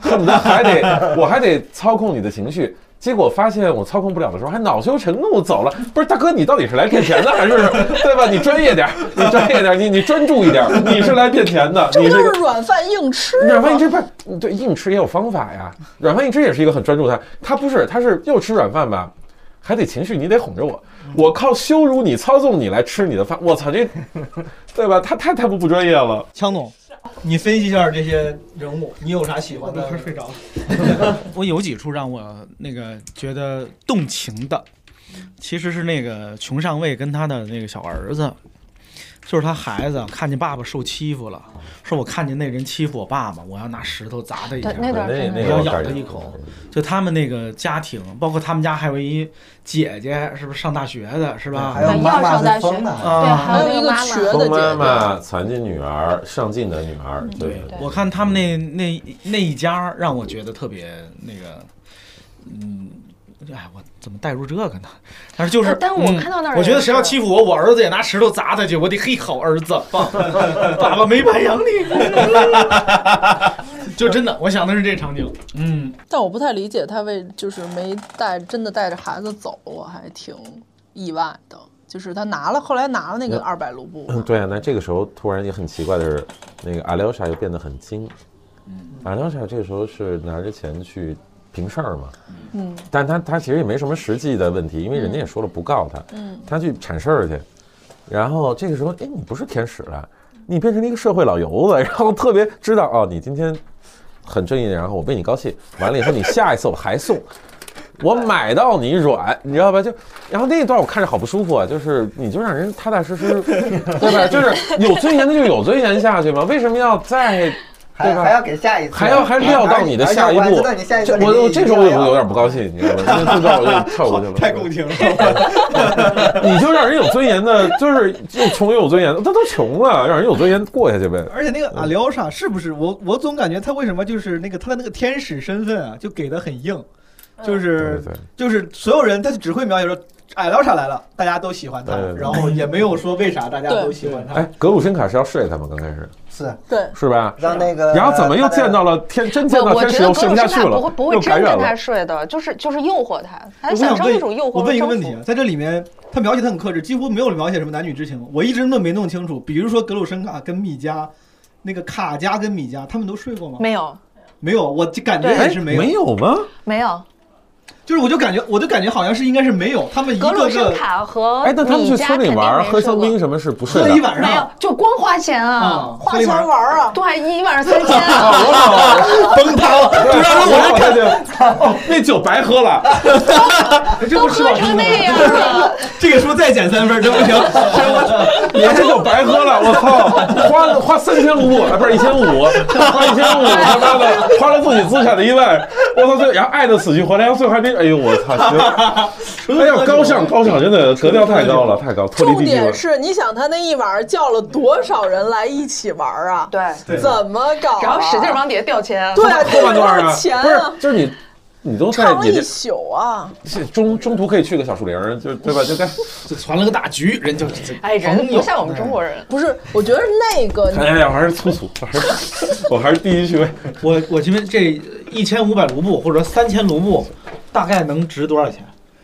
恨不得还得我还得操控你的情绪。结果发现我操控不了的时候，还恼羞成怒走了。不是大哥，你到底是来骗钱的，还是对吧？你专业点儿，你专业点儿，你你专注一点儿，你是来骗钱的，
这
你
不
是
就
个
是软饭硬吃
软饭
吗
硬？吃哎不对，硬吃也有方法呀。 软饭硬吃也是一个很专注的，他不是，他是又吃软饭吧，还得情绪，你得哄着我，我靠羞辱你、操纵你来吃你的饭，我操这，对吧？他太太不不专业了。
枪总，
你分析一下这些人物，你有啥喜欢的？快睡着了。
我有几处让我那个觉得动情的，其实是那个穷上尉跟他的那个小儿子，就是他孩子看见爸爸受欺负了，说我看见那人欺负我爸爸，我要拿石头砸他一下
对，。那段真
那
的
个
我
要咬
感
他
觉
一口就他们那个家庭，包括他们家还有一姐姐，是不是上大学的，是吧？
还有
要
妈妈
上大
是疯
学
的，
对，
啊，
还
还
有
有
那
一
个
个
妈
瘸
妈，
的
疯
姐
妈
姐，
妈、残疾女儿、上进的女儿，对，
对
我看他们那那那一家儿让我觉得特别那个，嗯，哎，我怎么带入这个呢？但是就是，
哦但我看到那儿
嗯，我觉得谁要
也是
欺负我，我儿子也拿石头砸他去，我得嘿好儿子，爸 爸爸没白养你，就真的，我想的是这场景，嗯，
但我不太理解他为就是没带真的带着孩子走，我还挺意外的。就是他拿了，后来拿了那个
嗯
二百卢布，
嗯 对啊，那这个时候突然也很奇怪的是，那个阿廖沙又变得很精。
嗯
阿廖沙这个时候是拿着钱去平事儿嘛，
嗯，
但他他其实也没什么实际的问题，因为人家也说了不告他，
嗯，
他去铲事儿去。然后这个时候，哎，你不是天使了，你变成了一个社会老油子，然后特别知道哦，你今天很正义，然后我为你高兴。完了以后，你下一次我还送，我买到你软，你知道吧？就然后那一段我看着好不舒服啊，就是你就让人踏踏实实，对吧？就是有尊严的就有尊严下去嘛，为什么要再对
还
吧
还要给下一次，嗯
还要还料到你的下一
而且哎我
步
知道你下一？
这
次
我我这时候我有有点不高
兴。
兴，你知道吗？这段我就跳过去了。
太共情了，
你就让人有尊严的，就是又穷又有尊严的，他都穷了，让人有尊严过下去呗。
而且那个阿廖沙是不是我？我总感觉他为什么就是那个他的那个天使身份啊，就给的很硬，就是
对
就是所有人他就只会描写说哎阿廖沙来了，大家都喜欢他
对对，对
然后也没有说为啥大家都喜欢他
哎。，格鲁申卡是要睡他吗？刚开始
是
对，
是吧？
让那个，
然后怎么又见到了天，真见
我
到
我
天
觉
使
得
又
格
睡
鲁
不
斯
下去
塔不
了
会，不会
又
真
感染
跟他
了。
睡的，就是就是诱惑他，他
我
想
想
征
问
一种诱惑。
我问一个问题
征
啊
服，
在这里面他描写的很克制，几乎没有描写什么男女之情，我一直都没弄清楚。比如说格鲁申卡跟米加，那个卡加跟米加，他们都睡过吗？
没有
没有，我就感觉
对
也
哎，
是没有，
没有吗？
没有，
就是我就感觉我就感觉好像是应该是没有，他们一
格
个
鲁申
个
卡和
哎，那他们去
米加
村里
肯定
玩，
没
喝
睡
香
过
槟什么是不睡
喝
的
一？晚
没有
上，
就光花钱啊，
啊，
花
喝一
钱
晚上
玩儿啊，
对，一晚上三千啊。
崩塌了，
对，我我看见，哦，那酒白喝 了。
这不是吧
喝成那样了，
这个书再减三分，真不行！
你这就白喝了，我操！花花三千卢布，啊，不是一千五，花一千五，他妈的花了自己资产的一万，我操！最然后爱的死去活来，最后还没，哎呦我操！行， 哎呀，高尚高尚，真的格调太高了，太高，脱
重
离地气了
点。是，你想他那一晚上叫了多少人来一起玩儿啊？
对，
对
怎么搞啊？
然后使劲往底下掉钱。
对啊，
后半段
多
啊
少钱，
不是
啊，？
就是你，你都在
唱了
也
一
得
宿啊！
中中途可以去个小树林，就对吧？就该
就传了个大局，人就
哎，人不像我们中国人，
不是，我觉得那个你
哎呀，我还是粗俗，我还是我还是第一趣味。
我我这边这一千五百卢布或者三千卢布，大概能值多少钱？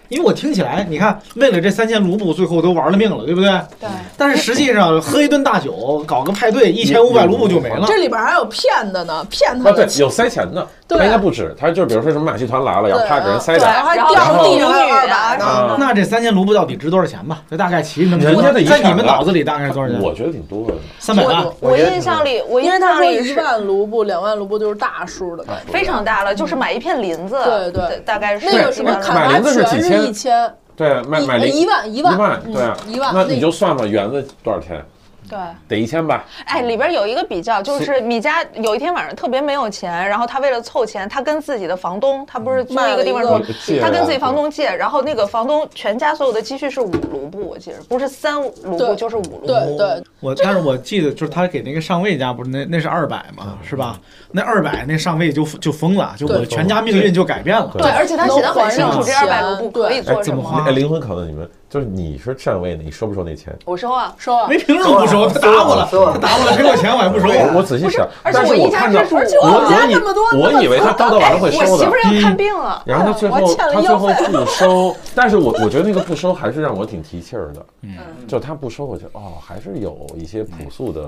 因为我听起来，你看，为了这三千卢布，最后都玩了命了，对不对？
对，
但是实际上，喝一顿大酒，搞个派对，一千五百卢布就没了。
这里边还有骗的呢，骗他
啊，
的，
对
钱，
有塞钱的，
对
他应该不止，他就是比如说什么马戏团来了，
对
然后啪给人塞
对
点
然
儿，
后还
然后
掉
地
地上
女
二
啊什
百呢。
么的，
那这三千卢布到底值多少钱吧？这大概其实能
人家的一
在你
场
们
啊
脑子里大概是多少钱？
我觉得挺多的。
三百啊万
我。
我印象里，我
因为
印
他
象
说
里
一
是
万卢布、两万卢布就是大数的感觉。
非常大了，就是买一片林子，
对对
大概是
那个什么
一万
砍
了
买
伐
林子是
全
几
是
千
一千，
对，买买
一
零
一万一
一
万
万，对啊，
嗯一万
那
那
你就算吧，园子多少钱？
对，
得一千吧。
哎，里边有一个比较，就是米家有一天晚上特别没有钱，然后他为了凑钱，他跟自己的房东，他不是租一个地方
卖
住
了
一个，借
他跟
啊
自己房东借，然后那个房东全家所有的积蓄是五卢布，我记着不是三卢布
对
就是五卢布，
对对，
我但是我记得就是他给那个上尉家不是那那是二百嘛，
嗯
是吧？那二百那上尉就就疯了，就我
对
全家命运就改变了。
对
而且他写的很清楚，
能还上
这二百
钱
卢布可以做
对
这
什
么
么。
哎，灵魂拷问你们，就是你是站位的，你收不收那钱？
我说啊，
收啊
没。凭什么不收？他打
啊
我 了，他打我了，给我钱我还不收。
我我仔细想，
而且
但是
我一
我
家
看
之
到
主而且
我
我们家
我以
那么多
我以为他叨叨完了会
哎我
收
媳
的
妇，儿要看病了，
然后他最
我
后
欠了
他
医
最后
药费
不收，但是我我觉得那个不收还是让我挺提气儿的，
嗯
就他不收，我觉得哦，还是有一些朴素的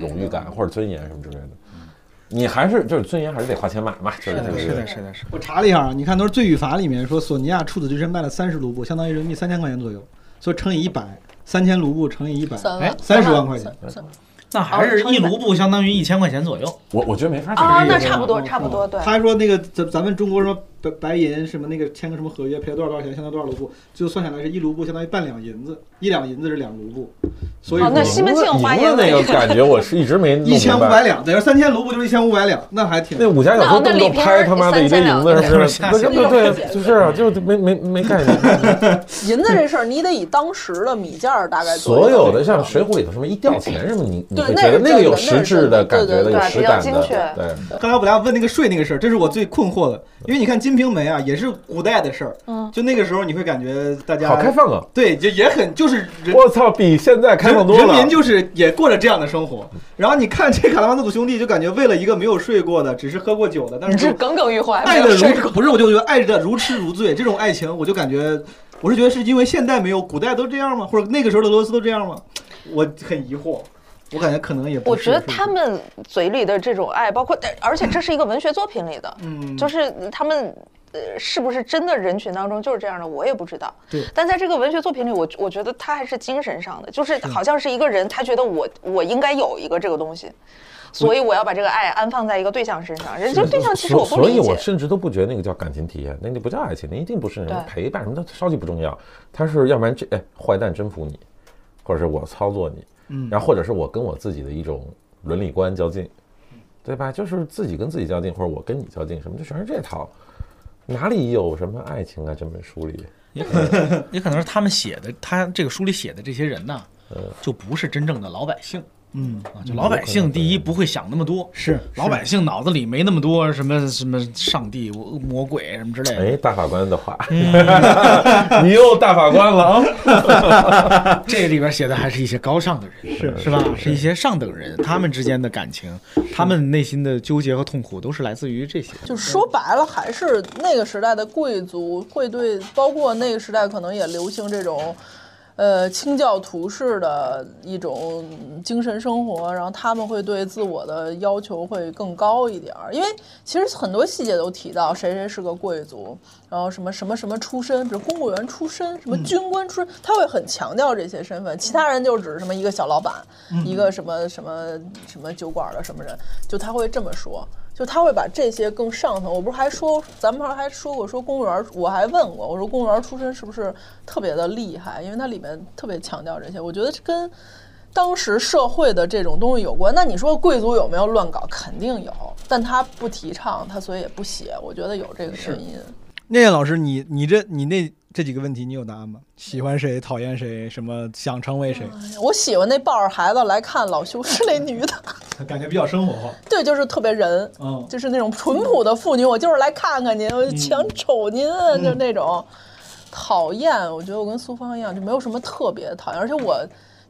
荣誉
嗯
感或者尊严什么之类的。你还是就是尊严还是得花钱买嘛，就是
是
这个
的，是的，是的。
我查了一下啊，你看都是《罪与罚》里面说，索尼娅处子之身卖了三十卢布，相当于人民币三千块钱左右，所以乘以一百，三千卢布乘以一百，
三
哎
万，
三十万块钱。哦
三，
那还是一卢布相当于一千块钱左右。
我我觉得没法解
啊，
释这
那
个
差不
事
多差不
嗯
多，对
他，还说那个咱咱们中国什么白白银什么那个签个什么合约赔了多少多少钱，相当于多少卢布，最后算下来是一卢布相当于半两银子，一两银子是两卢布，所以
哦
说
那西门庆花
赢了
银
那个感觉，我是一直没 弄
一千
明
五
白
百。两，等于三千卢布就是一千五百两，那还挺
那武侠小说动不动拍他妈的一堆银子，是不是？
那
对
李
平儿是
对
三千两
对，就是啊，就是没没没概念。
银嗯子这事儿你得以当时的米价儿大概做一个
所有的像《水浒》里头什么一吊钱什么，你你
对
会
那
觉得
是真
那个
的
有
那
实
是
质
真
的
的
感觉
对
的，
对
有
对
实
比较
感
精
的，
确
对。
刚才我俩问那个税那个事儿，这是我最困惑的，因为你看《金瓶梅》啊，也是古代的事儿，
嗯
就那个时候你会感觉大家
好开放啊！
对，就也很就是人
我操，比现在开放多
人
了。嗯
民就是也过着这样的生活。然后你看这卡拉曼佐夫兄弟，就感觉为了一个没有睡过的，只是喝过酒的，但
你
是
是
就
耿耿于怀，没
爱
有
的
睡
如不是，我就觉得爱的如痴如醉，这种爱情我就感觉。我是觉得是因为现代没有，古代都这样吗？或者那个时候的俄罗斯都这样吗？我很疑惑，我感觉可能也不
我
是
觉得
是不是
他们嘴里的这种爱，包括，但而且这是一个文学作品里的，
嗯，
就是他们呃是不是真的人群当中就是这样的，我也不知道。
对
但在这个文学作品里，我我觉得他还是精神上的，就是好像是一个人，他觉得我我应该有一个这个东西，所以我要把这个爱安放在一个对象身上。人这对象其实我不
所
理
以，我
解，
甚至都不觉得那个叫感情体验，那就不叫爱情，那一定不是什么
对
陪伴什么的，超级不重要。他是要不然这哎坏蛋征服你，或者是我操作你，
嗯
然后或者是我跟我自己的一种伦理观较劲，对吧？就是自己跟自己较劲，或者我跟你较劲，什么就全是这套。哪里有什么爱情啊？这本书里，
也可能，也可能是他们写的，他这个书里写的这些人呐，
嗯
就不是真正的老百姓。
嗯
啊，就老百姓第一不会想那么多，
是
老百姓脑子里没那么多什么什么上帝、我魔鬼什么之类的。
哎，大法官的话，
嗯
你又大法官了啊！
这里边写的还是一些高尚的人，是是吧？是一些上等人，他们之间的感情，他们内心的纠结和痛苦，都是来自于这些。
就说白了，还是那个时代的贵族会对，包括那个时代可能也流行这种，呃，清教徒式的一种精神生活，然后他们会对自我的要求会更高一点儿，因为其实很多细节都提到谁谁是个贵族，然后什么什么什么出身，比如公务员出身，什么军官出身，他会很强调这些身份，其他人就只是什么一个小老板，一个什么什么什么酒馆的什么人，就他会这么说。就他会把这些更上层。我不是还说，咱们还说过，说公务员儿，我还问过，我说公务员儿出身是不是特别的厉害？因为它里面特别强调这些，我觉得这跟当时社会的这种东西有关。那你说贵族有没有乱搞？肯定有，但他不提倡，他所以也不写。我觉得有这个原因。
念念老师，你你这你那这几个问题，你有答案吗？喜欢谁，讨厌谁，什么想成为谁？
嗯
我喜欢那抱着孩子来看老修 士那女的，
感觉比较生活化，
对，就是特别人。
嗯，
就是那种淳朴的妇女，我就是来看看您，我就想瞅您，啊就那种讨厌。我觉得我跟苏芳一样，就没有什么特别讨厌，而且我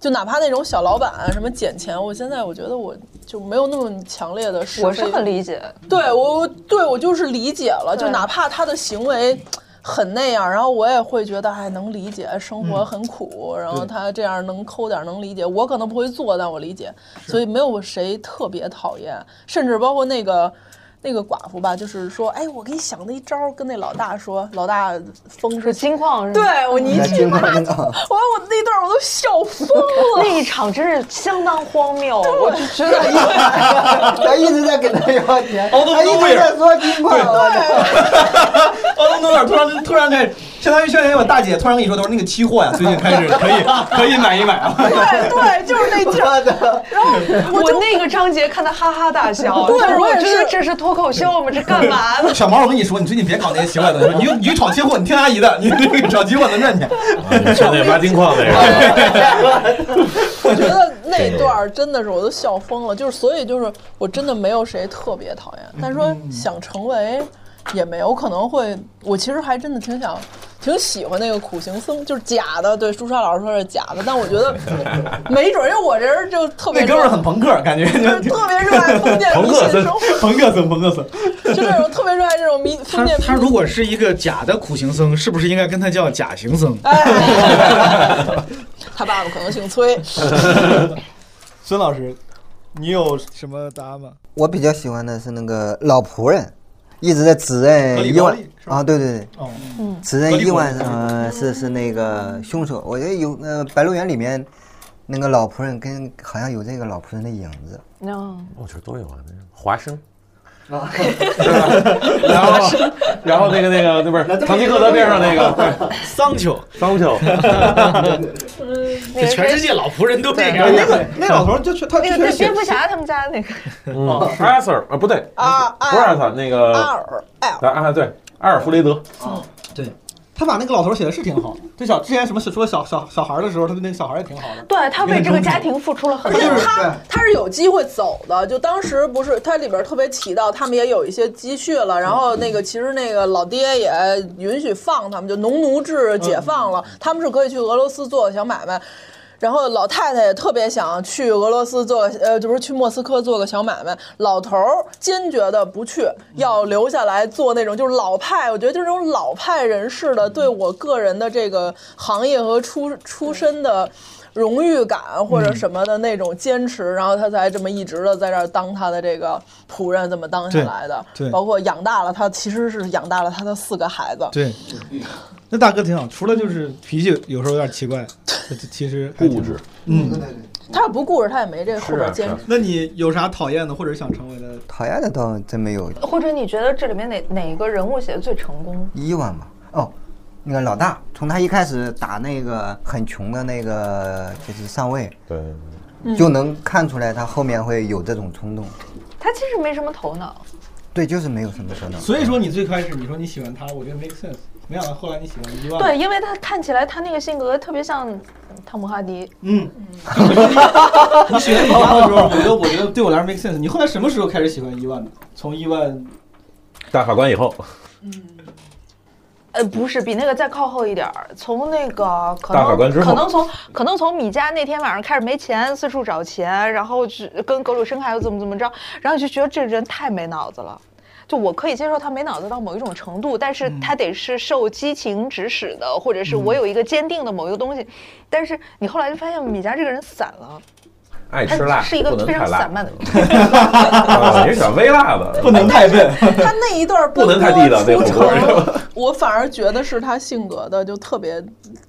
就哪怕那种小老板啊什么捡钱，我现在我觉得我就没有那么强烈的是非
我是很理解，
对我对我就是理解了，就
对
哪怕他的行为很那样，然后我也会觉得，哎，能理解，生活很苦，然后他这样能抠点儿能理解，我可能不会做，但我理解，所以没有谁特别讨厌，甚至包括那个。那个寡妇吧，就是说，哎，我给你想那一招儿，跟那老大说，老大疯
是
是
金矿是吗？
对我，你一
那
句
经
话，
常
我
那 个
我那段我都笑疯了。
那一场真是相当荒谬，我就觉得
他一直在给他要钱，
Out of
他一直在说金矿，我操！
奥东诺尔突然突然开始，相当于现在我大姐突然跟你说，都是那个期货呀，最近开始可以可以买一买啊。
对对，就 是那劲儿。
我那个章节看的哈哈大笑，
对
就是
我也
觉得
是
这是脱口秀吗？这干嘛 呢？
小毛，我跟你说，你最近别搞那些奇怪的，你就你就炒期货，你听阿姨的，你这个炒期货能赚钱。
说那挖金矿那个，
我觉得那段儿真的是我都笑疯了。就是所以就是我真的没有谁特别讨厌，但说
嗯
想成为也没有，我可能会我其实还真的挺想。挺喜欢那个苦行僧，就是假的。对，朱砂老师说是假的，但我觉得没准儿，因为我这人就特别
那哥们儿很朋克，感觉
就是特别热爱封建迷信生活，
朋克森，朋克森。
就这种特别热爱这种迷
他
封建迷
他
信
如果是一个假的苦行僧，是不是应该跟他叫假行僧？
啊哎，他爸爸可能姓崔，
孙老师，你有什么答案吗？
我比较喜欢的是那个老仆人，一直在指
格里
认伊
高
万
利是吧
啊，对对对，
哦，
指认伊万呃
嗯
是是那个凶手。我觉得有呃《白鹿原》里面那个老仆人跟好像有这个老仆人的影子，
我觉得都有啊，那个华生。
哦
然后， 然后那个那 个那不是唐吉诃德边上那 个
桑丘，
桑丘，
嗯那个
全世
是
界老仆人都这样。
那个那老头儿就确他
那个
确
对
实
蝙蝠侠他们家那个，
嗯，阿瑟啊不对，
啊
不是阿瑟，那个
阿尔哎，
啊啊对，阿尔弗雷德，
他把那个老头儿写的是挺好。就小之前什么说小小小孩儿的时候，他对那个小孩儿也挺好的。
对他为这个家庭付出了很
而
多
且。
就是
他他是有机会走的，就当时不是他里边特别提到他们也有一些积蓄了，然后那个其实那个老爹也允许放他们，就农奴制解放了，他们是可以去俄罗斯做小买卖。然后老太太也特别想去俄罗斯做，呃，就不是去莫斯科做个小买卖。老头儿坚决的不去，要留下来做那种就是老派。我觉得就是这种老派人士的对我个人的这个行业和出出身的荣誉感或
嗯
者什么的那种坚持，然后他才这么一直的在这儿当他的这个仆人，这么当下来的。
对对
包括养大了他，其实是养大了他的四个孩子。
对，那大哥挺好，除了就是脾气有时候有点奇怪，其实还挺
固执。
嗯，
他要不固执，他也没这后
是啊
边
是
坚
啊
持。，
那你有啥讨厌的或者想成为的？
讨厌的倒真没有
或者你觉得这里面哪哪个人物写的最成功？
伊万吧。哦，那个老大，从他一开始打那个很穷的那个就是上尉，
对，
嗯
就能看出来他后面会有这种冲动。
他其实没什么头脑，
对，就是没有什么可能。
所以说你最开始你说你喜欢他，我觉得 make sense。没想到后来你喜欢伊万。
对，因为他看起来他那个性格特别像汤姆哈迪，
嗯，你喜欢伊万的时候，我觉得我觉得对我来说 make sense。你后来什么时候开始喜欢伊万的？从伊万
大法官以后，
嗯呃，不是，比那个再靠后一点儿，从那个可
大法
能
官之后
可能从可能从米家那天晚上开始没钱，四处找钱，然后去跟格鲁申卡又怎么怎么着，然后就觉得这人太没脑子了。就我可以接受他没脑子到某一种程度，但
嗯
是他得是受激情指使的，或者是我有一个坚定的某一个东西。但是你后来就发现米家这个人散了，
爱吃
他
辣，
是一个
不能
非常
太辣
散，漫的 人。
啊你是想微辣的，
不能太笨，
他那一段
不能太地道那
出
火锅
城，我反而觉得是他性格的就特别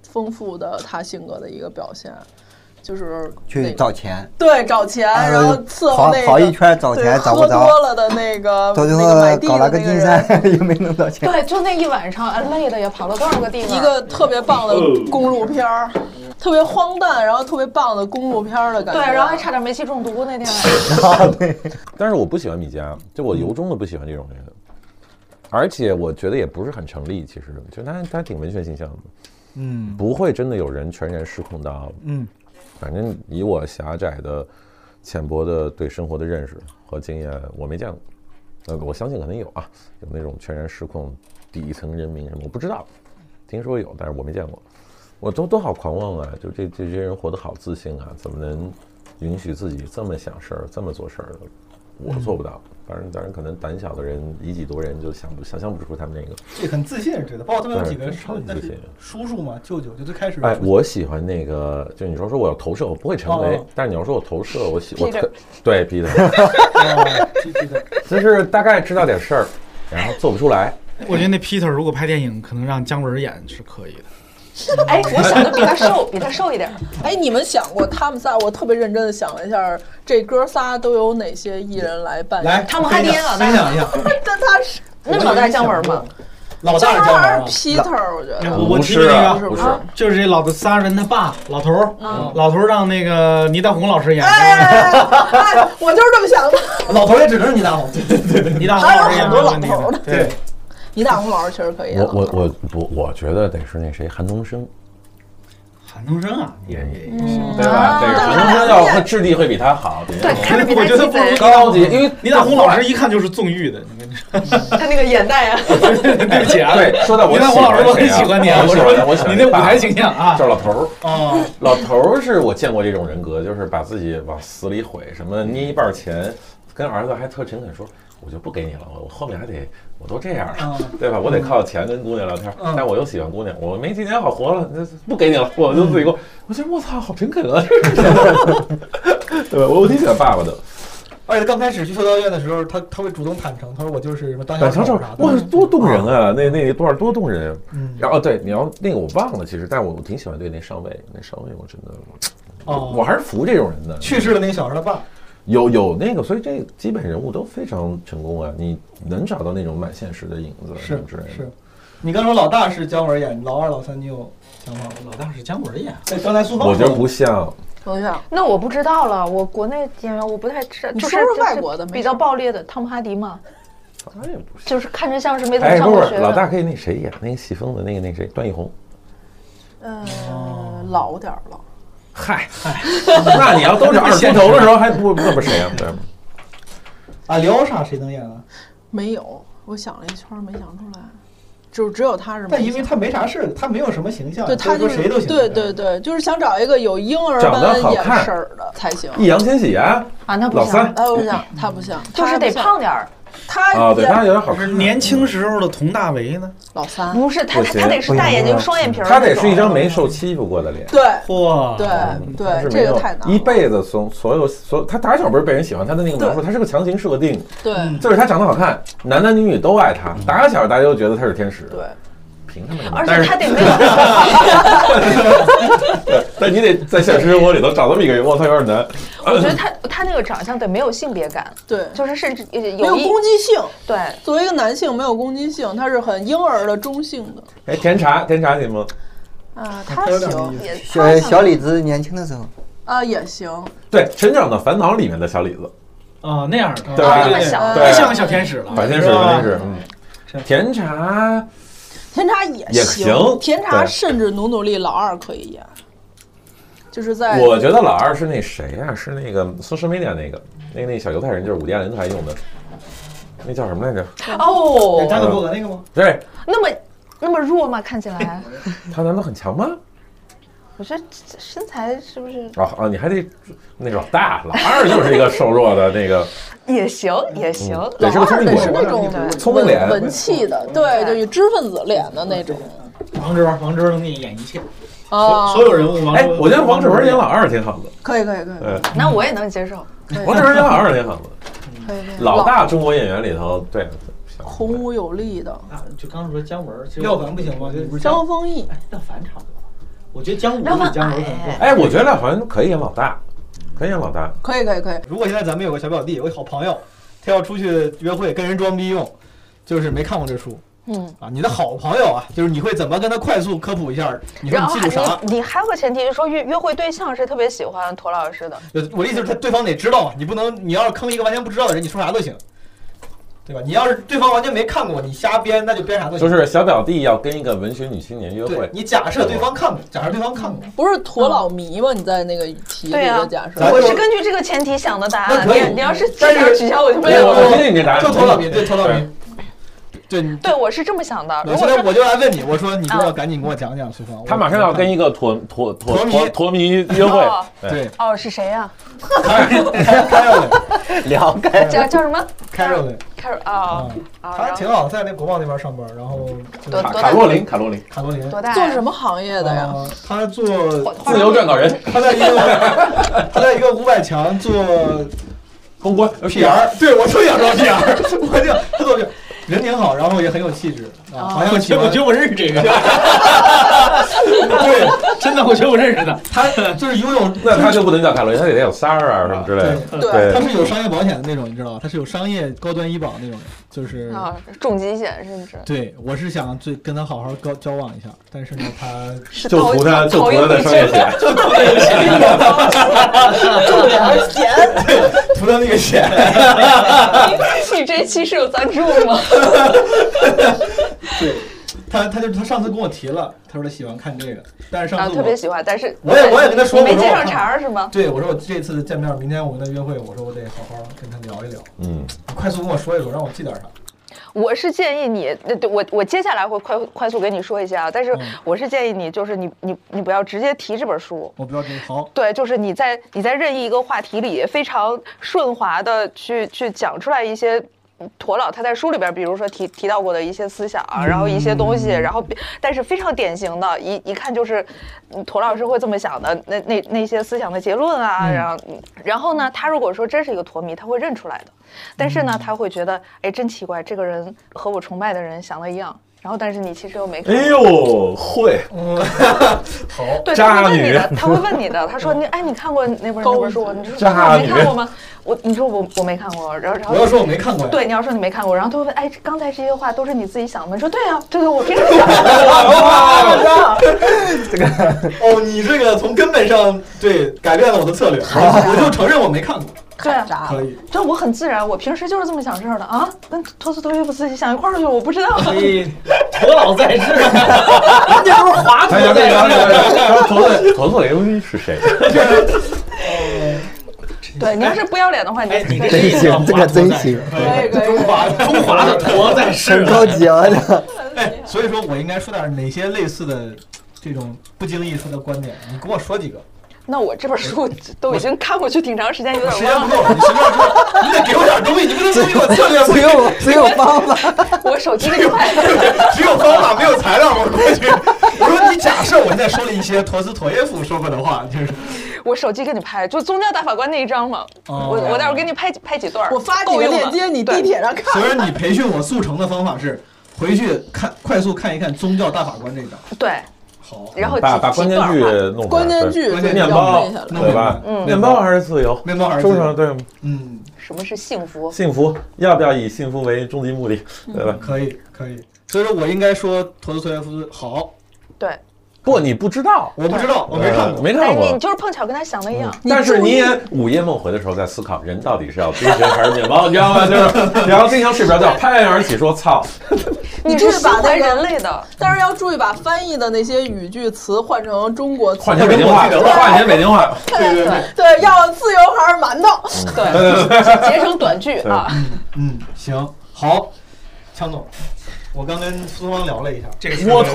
丰富的他性格的一个表现，就是那
去
个
找钱，
对找钱，
哎
然后伺候
跑
那个
跑一圈找
对
钱找
喝
不着
多了的那个
到最
那个呃买
后
地
搞了
的
个
那
竞
人。
赛， 又没弄到钱。
对，就那一晚上，哎累的也跑了多少个地方。
一个特别棒的公路片儿，特别荒诞，然后特别棒的公路片儿的感
对，
觉。
然后还 差点煤气中毒 那天晚上。
但是我不喜欢米家，就我由衷的不喜欢这种人，而且我觉得也不是很成立。其实，就他他挺文学形象的，嗯，不会真的有人全然失控到，嗯，反正以我狭窄的、浅薄的对生活的认识和经验，我没见过。呃，我相信肯定有啊，有那种全然失控、底层人民什么，我不知道，听说有，但是我没见过。我都都好狂妄啊！就这这些人活得好自信啊，怎么能允许自己这么想事儿、这么做事儿的？我 做不到。当然，当然，可能胆小的人以己度人就想不想象不出他们那个。
这很自信是真的。包括他们有几个
对超级
那
自信
是叔叔嘛、舅舅，就最开始
哎，我喜欢那个，就你说说我要投射，我不会成为
哦，
但是你要说我投射，我喜我
Peter
特对 Peter，
啊对对对
就是大概知道点事儿，然后做不出来。
我觉得那 Peter 如果拍电影，可能让姜文演是可以的。
哎，我想的比他瘦， 比他瘦一点。
哎，你们想过他们仨？我特别认真的想了一下，这哥仨都有哪些艺人来扮演？
来，
汤姆汉尼老大
分享一下，
但他是
那老大姜文吗？
老大是
姜文
姜文
还
啊
是 Peter，我觉得。
我
不
我提
是
的
啊
那个
不是，
就是这老的仨人他爸老头儿，嗯老头儿让那个倪大红老师演，
嗯哎，我 就是这么想的。
老头儿也只能是倪大红，对对对对，
倪大红老师演没有问题
还有很多老头儿
的
呢。
对，
倪大红老师确实可以。
我我我我我觉得得是那谁韩东升，
韩东升啊，也也也行。
对吧？
啊
这个韩东升要是智力会比他好，对
对，看着比他
我觉得不如
鸡贼，
高级，因为
倪大红老师一看就是纵欲的，你看
他那个眼袋啊，
这对不起啊。
对，说到我
倪大红老师，我很喜欢你啊，
我
我
喜欢我喜
说
欢
你那舞
爸
台形象啊
就，是老头儿。
哦，
老头儿是我见过这种人格，就是把自己往死里毁，什么捏一半儿钱，跟儿子还特诚恳说。我就不给你了，我我后面还得，我都这样了，对吧？我得靠钱跟姑娘聊天儿，但我又喜欢姑娘，我没几年好活了，那不给你了，我就自己过。我觉得我操，好诚恳啊， 对吧？我我挺喜欢爸爸的，
而且刚开始去修道院的时候，他他会主动坦诚，他说我就是什么当
板
小
桥
丑
照
啥的，
哇，多动人啊！那那一段多动人。啊
嗯
然后哦对，你要那个我忘了，其实，但我挺喜欢对那上尉，那上尉我真的，
哦
我还是服这种人的。
去世的那个小孩的爸，
有有那个，所以这基本人物都非常成功啊！你能找到那种满现实的影子啊什
是
么之类的。
是。你刚说老大是姜文演，老二、老三你有想法吗？
老大是姜文演，
对，刚才苏芳
我觉得
说了
不像，
我想，
那我不知道了，我国内演员我不太知道，
你
就
说
是就
说
是
外国的没事
比较爆裂的汤姆哈迪嘛，
当然也不像。
就是看着像是没怎么
哎，
上
不
过
是，
学
老大
的。
可以那谁演那个戏疯子那个那谁段奕宏。
呃，老点儿了。
嗨嗨，那你要都是二出头的时候还不那不是谁啊？对，
啊，聊啥谁能演啊？
没有，我想了一圈儿没想出来，就只有他是没想。
但因为他没啥事儿，他没有什么形象，
对他
所
就
以
是
说谁都行。啊
对对对，就是想找一个有婴儿
长得
般
好
眼
看
神儿的才行。
易烊千玺啊，
啊，那不
老
行
三，
哎，我不想，他不像，
就
他
是
还
得
不像，
胖点儿。
他
啊，对，
也
他有点好
不是
看。
年轻时候的佟大为呢？
老三，
不是他，
不
他
行
他得是大眼睛、双眼皮儿那
他
种，
得是一张没受欺负过的脸。嗯
对
嚯，
对
他
对，
是没
这
有
个太难
一
了。
辈子从所有所他打小不是被人喜欢，他的那个描述，他是个强行设定，
对
嗯
就是他长得好看，男男女女都爱他，打小大家都觉得他是天使，
对，
凭什么呢？
而
但
且
是
他得 没有，
但你得在现实生活里头找这么一个人，我操，有点难。
我觉得他他那个长相得没有性别感，
对，
就是甚至呃
没有
有一
攻击性。
对，
作为一个男性，没有攻击性，他是很婴儿的中性的
哎，甜茶，甜茶行吗？
啊，
他
他
有点
行
意
也
小呃小李子年轻的时候，
啊，也行，
对，《成长的烦恼》里面的小李子，
啊，那样的，
对吧
这么
对
小
对
太像个小天使了，啊
白天使，
是吧
白天使，嗯，甜茶
甜茶也
也行
甜茶
对
甚至努努力，老二可以演，就是
哎
在
我觉得老二是那谁呀、是那个 social media 那个，那那小犹太人，就是伍迪·艾伦特还用的，那叫什么来着？
嗯
对
哦，
扎克伯格那个吗？
对，
那么那么弱吗？看起来，
他难道很强吗？
我觉得这身材是不是
啊啊，你还得那老大，老二就是一个瘦弱的那个，
也行也行？
得是个聪明
得是
鬼，
那种嗯
对
聪明脸
文文气的，对，就有知识分子脸的那种
王志文，王志文能给你演一切，
啊，
所有人物王志
哎，
文。
我觉得王志文演
演
老二挺好的，
可以可以可以可以
嗯
对，
那我也能接受。
王志文演老二挺好的，
可以，
嗯
老大中国演员里头，对，行
孔武有力的
啊，就刚说姜文，其实
廖凡不行吗？这不是
张丰毅，
哎，廖凡差不多。我觉得姜武
廖凡
比姜文可能更
哎，我觉得廖凡可以演老大，可以演老大，
可以可以可以，
如果现在咱们有个小表弟，有个好朋友，他要出去约会跟人装逼用，就是没看过这书
嗯，
啊。你的好朋友啊，就是你会怎么跟他快速科普一下？你说
然
你
后
记
还
住啥？
你你还有个前提，就是说约约会对象是特别喜欢驼老师的，
呃我的意思是，他对方得知道嘛，你不能，你要是坑一个完全不知道的人，你说啥都行，对吧？你要是对方完全没看过，你瞎编，那就编啥都行。
就是小表弟要跟一个文学女青年约
对
会，
你假设对方看过，假设对方看过，
不是驼老迷吗？你在那个题里
对呀
的假设，
咱
我
就是
根据这个前提想的答
那
案。
可以
你你要是
但是
取消我就没
哎
有
我
了。
听听你这答案，
就头脑迷，对头脑迷。对你
对，我是这么想的。
对
啊如
现在
果是
我就来问你，我说你给我
啊
赶紧给我讲讲，徐峰。
他
我
马上要跟一个陀陀陀
陀迷
陀陀迷约会
哦，
对
哦，是 谁呀？
Carol
聊开
叫叫什么？
Carol，
开始啊
嗯
啊，
他
然
挺
后
好，在那国贸那边上班，然后就是
多
卡
多
卡洛琳，卡洛琳，
卡罗琳。
多大呀？
做什么行业的呀？
呃他做
自由撰稿人，
他在一个他在一个五百强做
公关
PR，对我就想 说 PR，我就他做 PR，人挺好，然后也很有气质啊，好像喜欢
我觉得我认识 这个，
对
真的，我觉得我认识他。
他就是拥 有
那他就不能叫卡洛琳，他得叫三儿啊什么之类的。
对，
对
他是有商业保险的那种，你知道吧？他是有商业高端医保那种，就是
啊？重疾险是不是？
嗯对，我是想最跟他好好交交往一下，但是呢，他
是
就
头
图他，就
头
图
一
他的
回
商业
去
险，
挣点钱，
图他那个钱，
你这期是有赞助 吗？啊
他他就是他上次跟我提了，他说他喜欢看这个，但是
啊，
上次
特
我
别喜欢，但是
我也我也跟他说
你没
我说
接
我
上
看
茬儿是吗？
对我说我这次见面，明天我跟他约会，我说我得好好跟他聊一聊，
嗯，
你快速跟我说一说，让我记点啥。
我是建议你，呃对我我接下来会快快速跟你说一下啊，但是
嗯
我是建议你，就是你你你不要直接提这本书。
我不要这个好，
对，就是你在你在任意一个话题里非常顺滑的去去讲出来一些嗯驼老他在书里边，比如说提提到过的一些思想，啊然后一些东西，然后比但是非常典型的，一一看就是嗯驼老师会这么想的那那那些思想的结论啊，然后然后呢，他如果说真是一个驼迷，他会认出来的，但是呢，他会觉得哎真奇怪，这个人和我崇拜的人想的一样，然后但是你其实又没看过。
哎呦，会
对，
渣
他会问你的，
女
他会问你的，他 说你哎，你看过那本那本书吗？你说
渣
我没
女
看过吗？我你说我我没看过，然后然后
我要说我没看过呀，
对，你要说你没看过，然后他会问，哎，刚才这些话都是你自己想的吗？你说对啊，对对，我平时想
啊
的。
哦，你这个从根本上对改变了我的策略， 我就承认我没看过，
对啊，
啥？
可 以。
对，我很自然，我平时就是这么想事儿的啊，跟托斯托耶夫斯基想一块儿去了，我不知道。
我老在世， 人家都是华
哎呀，那个那 个头子头子雷夫是 谁？
对你要是不要脸的话，你
哎，你
就
这
真
意思
行，这个真行，
可以可以。
中 华的驼在
很，
世
高级啊！ 这
哎，所以说我应该说点哪些类似的这种不经意说的观点，你给我说几个。
那我这本书都已经看过去挺长时间，有点
呃时间
忘了。
不够，你时间不够，你 得给我点东西，你不能说给我策略，
只有只有方法，
我手机这块，
只有方法没有材料，我过去。 我说你假设我现在说了一些陀思妥耶夫说过的话，就是
我手机给你拍，就宗教大法官那一章嘛。
哦
我我待会儿给你拍几拍几段儿，
我发几
够
个
用
链
了
接，你
对
地铁上看。
所以你培训我速成的方法是回去看快速看一看宗教大法官这一章。
对，
好，
然后
把
几
把关键句
几段话
弄出来
关键句
关
就
键
比
面
较
包
背下来。
弄
对吧？
嗯
面包还是自由，
面包还是
收上对吗？
嗯，
什么是幸福？
幸福要不要以幸福为终极目的？对吧？
嗯可以可以。所以说我应该说陀思妥耶夫好，
对，
不，你不知道，
哦我不知道，嗯我没看
呃
过。
没
但
看
是你
过。嗯
就是碰巧跟他想的一样。
但是你也午夜梦回的时候在思考，人到底是要冰淇淋还是面包，你知道吗？就是，然后经常睡不着觉，拍案而起说：“操
你
就是是
喜
把
欢
那个
人类的，
但是要注意把翻译的那些语句词换成中国！”词
换。成北京话，换成北京话。
对对对，
对，要自由还是馒头？
对，节省短句啊。
嗯，行，好，强总，我刚跟苏芳聊了一下。
这个
窝头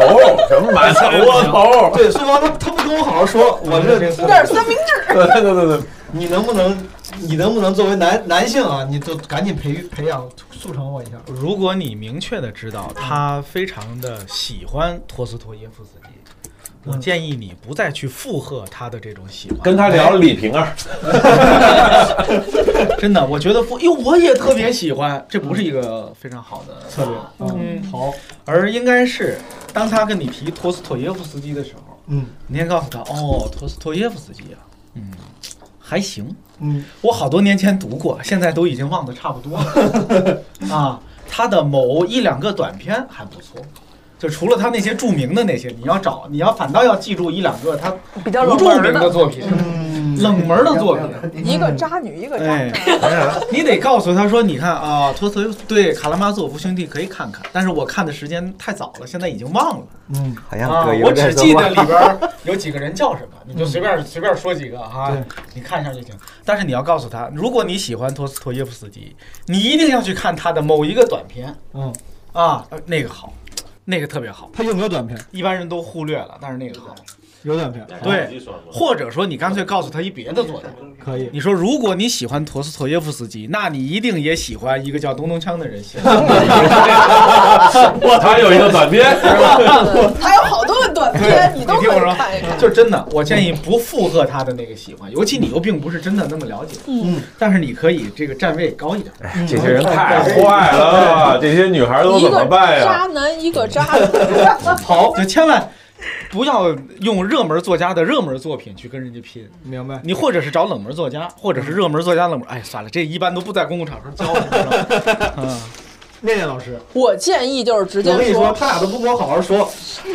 什么玩意 儿？窝头。
对，苏芳他他不跟我好好说，我这
有点三明治。
对对对对，
你能不能，你能不能作为男男性啊，你都赶紧培育培养速成我一下？
如果你明确的知道他非常的喜欢托斯托耶夫斯基，我建议你不再去附和嗯他的这种喜欢。
跟他聊李瓶 儿，
哎真的，我觉得不，因为我也特别喜欢，这不是一个非常好的
策略，嗯，好，
而应该是当他跟你提托斯妥耶夫斯基的时候，
嗯
你先告诉他，哦，托斯妥耶夫斯基啊，嗯，还行，
嗯，
我好多年前读过，现在都已经忘得差不多了啊。他的某一两个短篇还不错。就除了他那些著名的那些，你要找，你要反倒要记住一两个他
比较
不
冷
著
门
名
的嗯
的作品，冷门的作品，
嗯一个渣女，一个渣
哎
男。，
你得告诉他说，你看啊，托斯对《卡拉马佐夫兄弟》可以看看，但是我看的时间太早了，现在已经忘了。
嗯，
好像
啊
哥，有
我只
点
记
说
得里
话。
边儿有几个人叫什么，你就随便随便说几个哈
对，
你看一下就行。但是你要告诉他，如果你喜欢托斯托耶夫斯基，你一定要去看他的某一个短片，
嗯，啊，
呃那个好，那个特别好，
他有没有短片？
一般人都忽略了，但是那个好。
有短片，
对，或者说你干脆告诉他一别的作家，
可以。
你说如果你喜欢陀思妥耶夫斯基，那你一定也喜欢一个叫东东锵的 人写的。
啊
我他有一个短片，
还有好多个短片，
对，
你都
听
可
我
以
说
看一看。，
就是真的，我建议不附和他的那个喜欢，尤其你又并不是真的那么了解，
嗯，
但是你可以这个站位高一点。
哎这些人太坏
啊
了，这些女 孩都
一
怎
个
么办呀？
渣男，一个渣女。
好，就千万不要用热门作家的热门作品去跟人家拼，
明白。
你或者是找冷门作家，或者是热门作家冷门，哎，算了，这一般都不在公共场合教你知道吗。 嗯，
念念老 师，
我建议就是直接
我跟你说，
说，
他俩都不跟我好好说，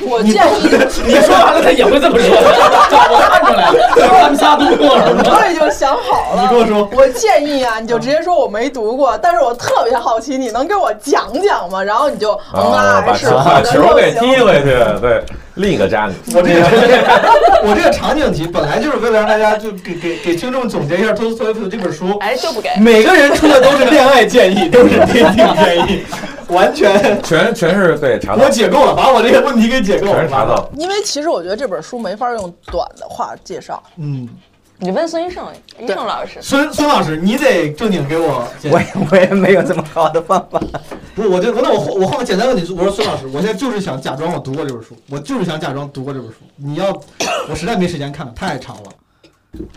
我建议，
你说 完了，他也会这么说的，我看出来了，他们仨都不跟我耳朵。
我已经想好
你跟我
了。
说，
我建议啊，你就直接说我没读
啊
过，但是我特别好奇，你能给我讲讲吗？然后你就嗯
啊，
啊，
把
是
球把球给踢
了。
回去，对，另一个渣女。
我这个 我这个场景题本来就是为了让大家就给给给听众总结一下《托斯托耶夫斯基》这本书，
哎，就不给。
每个人出的都是恋 爱建议，都 是dating 建议，完全
全全是对查到
我，解构了，把我这个问题给解构
全
了。
是查到。
因为其实我觉得这本书没法用短的话介绍，
嗯，
你问孙医生，医生老师，
孙孙老师，你得正经给我解
我也我也没有这么好的方法。
不是，我就那我换我换个简单问题，我说孙老师，我现在就是想假装我读过这本书，我就是想假装读过这本书。你要，我实在没时间看了，太长了。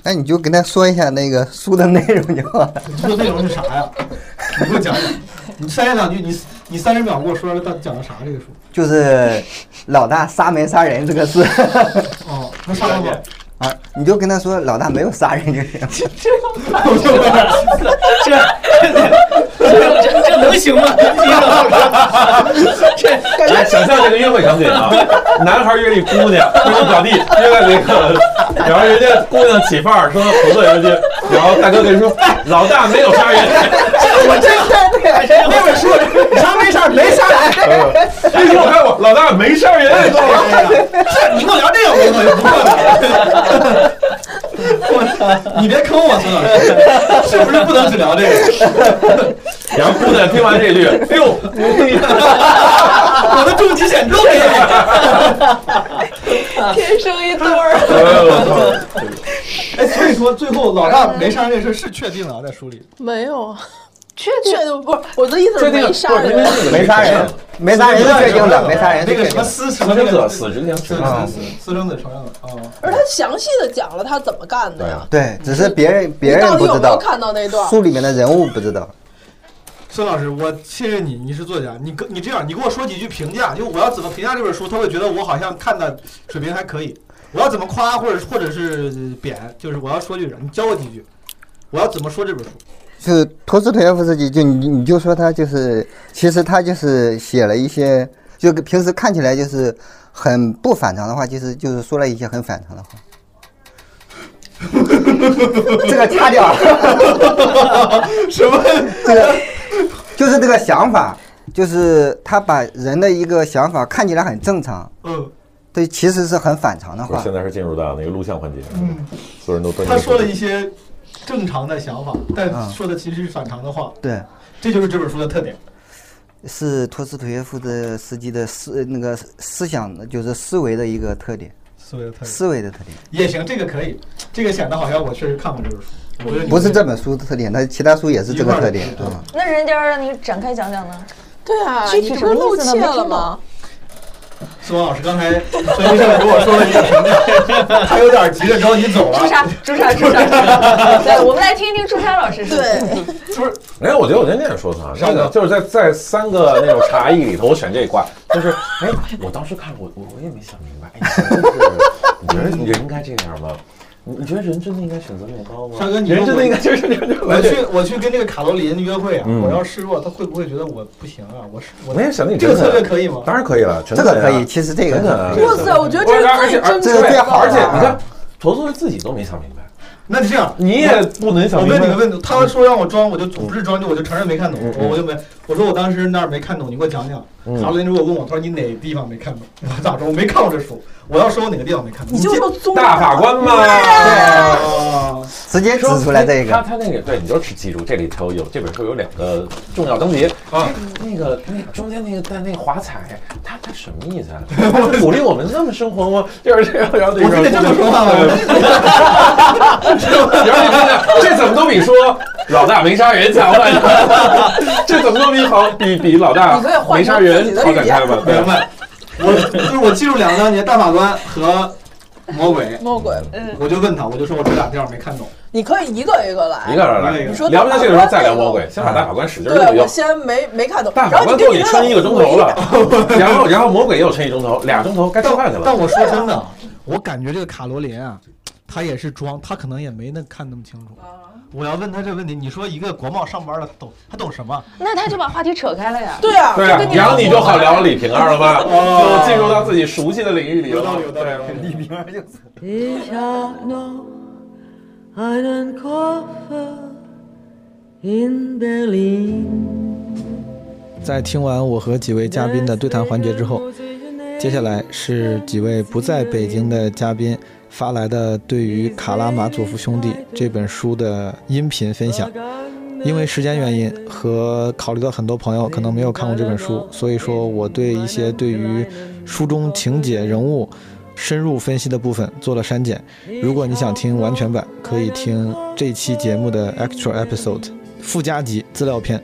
那你就跟他说一下那个书的内容 就好了。
你说内容是啥呀？你给我讲讲。你三言两句，你你三十秒给我说说到底讲的啥这个书？
就是老大杀没杀人这个事
哦，能杀了吗？
啊，你就跟他说老大没有杀人就 行。
这这这这能行吗？你怎么这
来想象这个约会场景 啊，男孩约一姑娘，约个表弟，约个那个，然后人家姑娘起范儿说合作游戏，然后大哥跟你说，哎，老大没有杀人，
我真的对，
那本书啥没啥没杀人。
哎，你看我老大没杀人，
哎
这你跟我聊这个，我就不乐了。我， 你别坑我，孙老师，是不是不能只聊这个？
然后姑娘听完这 句，哎呦，
我的重疾险重给你。
天生一对儿。
哎
我操，
哎，所以说最后老大没杀人这事儿是确定了，在书里。
没有啊，确确定不是我的意思是没杀
不是因为
人，
那个
没杀人，没杀人是确定的，没杀人是
那个
确
什
定
么
的。
私什
私
么
生子
者
死之前
私
死
生子啊私生子承认了哦。
而他详细的讲了他怎么干的呀。
对，只是别人别
你
人
到底
不
有
知
没有
道，
看到那段？
书里面的人物不知道。
孙老师，我信任你，你是作家，你跟你这样，你给我说几句评价，因为我要怎么评价这本书，他会觉得我好像看的水平还可以。我要怎么夸，或者或者是贬，就是我要说句啥，你教我几句，我要怎么说这本书？
就是托斯托耶夫斯基，就你你就说他就是，其实他就是写了一些，就平时看起来就是很不反常的话，其实就是说了一些很反常的话。这个掐掉，
什么？
这个 就是这个想法，就是他把人的一个想法看起来很正常，
嗯，
对，其实是很反常的
我
话
现。在是进入到那个录像环节，所有人都蹲。
嗯他说了一些正常的想法，但说的其实是反常的话，
对，
这就是这本书的特点。
是托斯托耶夫的斯基的思那个思想，就是思维的一个特点，
思维的特点
思维的特点。
也行，这个可以，这个显得好像我确实看过这本书。我觉得你
不是这本书的特点，它其他书也是这个特点
一块儿
啊。
那人家让你展开讲讲呢？
对啊，
具
你
体
这
什
不
么
是
意
露
思呢
怯
没听
了
懂
吗？
孙老师刚才孙医生给我说了一个评价，他有点急着着急走
朱
了。
砂，朱砂，朱砂。 对，我们来听一听朱砂老师说。
对，
哎，我觉得我今天也说错了，这个就是在在三个那种茶艺里头，我选这一块，就是哎，我当时看我我我也没想明白，哎，你觉得你觉得人应该这样吗？你你觉得人真的应该选择面包 吗？
帅哥你说
人真
我
的应该就是这样
我 去，我去跟那个卡罗琳约会啊，
嗯
我要示弱，他会不会觉得我不行啊？我是我
我也想你
这个策略可以吗？
当然可以了，
这个可以，啊其实这
啊真
个
的。
哇塞，我觉得
我
这
而
是最
且而
真
这
挚
是
的
最
一
好
个
而
的
且
了。
你看，陀思妥耶自己都没想明白，
那就这样，
你也不能
我
想明
问
白嗯
你个。问题，他说让我装，我就总是装，就我就承认没看懂，我我就没，我说我当时那儿没看懂，你给我讲讲。
嗯
卡罗琳如果问我，他说你哪地方没看懂？ 我咋说？我没看过这书，我要说我哪个地方没看懂？
你就说宗
大法官嘛，
啊，
直接指出来这
他
个，
他那个对，你就只记住这里头有这本书有两个重要章节啊，那个那中间那个但那个华彩，他他什么意思啊？他鼓励我们这么生活吗？ 就是这样，然后
我是得这么说话吗
然后你看看，这怎么都比说老大没杀人强吧？ 这怎么都比好比比老大
你可以换
没杀人好展开吧？对
啊明白。我就是我记住两个章节，大法官和魔
啊
鬼。
魔鬼，
嗯
我就问他，我就说我这俩地方没看懂。
你可以一个一个来。
一个人来，
你
说
聊不下去的时候再聊魔鬼，先把大法官使劲
对，
溜
我
溜。
先没没看懂，
大
然
法
后
官
你
够
跟你
你
那
撑一个钟头
回忆
了， 然后然后魔鬼又撑一钟头，俩钟头该吃饭去
但
了。
我说真 的，我感觉这个卡罗琳啊，她也是装，她可能也没那看那么清楚。啊我要问她这个问题，你说一个国贸上班的，她懂她懂什么？
那他就把话题扯开了呀。
对啊，
对啊
就跟，
然后
你
你就 好聊李瓶儿 了吧？
哦
就进入到自己熟悉的领域里了。对，
明白就
Ich hab noch einen Koffer in Berlin.
在听完我和几位嘉宾的对谈环节之后，接下来是几位不在北京的嘉宾发来的对于《卡拉马佐夫兄弟》这本书的音频分享。因为时间原因和考虑到很多朋友可能没有看过这本书，所以说我对一些对于书中情节、人物深入分析的部分做了删减。如果你想听完全版，可以听这期节目的 extra episode 附加集资料片。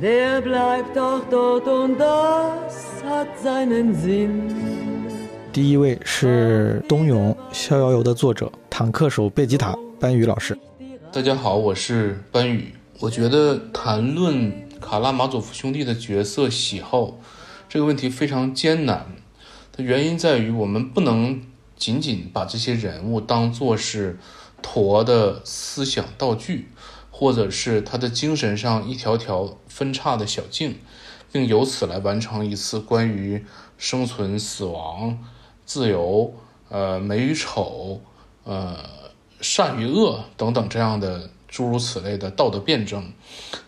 Wer bleibt auch dort und das hat seinen Sinn.
第一位是《冬泳逍遥游》的作者坦克手贝吉塔班宇老师。
大家好，我是班宇。我觉得谈论卡拉马佐夫兄弟的角色喜好这个问题非常艰难。它原因在于我们不能仅仅把这些人物当做是陀的思想道具，或者是他的精神上一条条分叉的小径，并由此来完成一次关于生存、死亡、自由、呃美与丑、呃善与恶等等这样的诸如此类的道德辩证，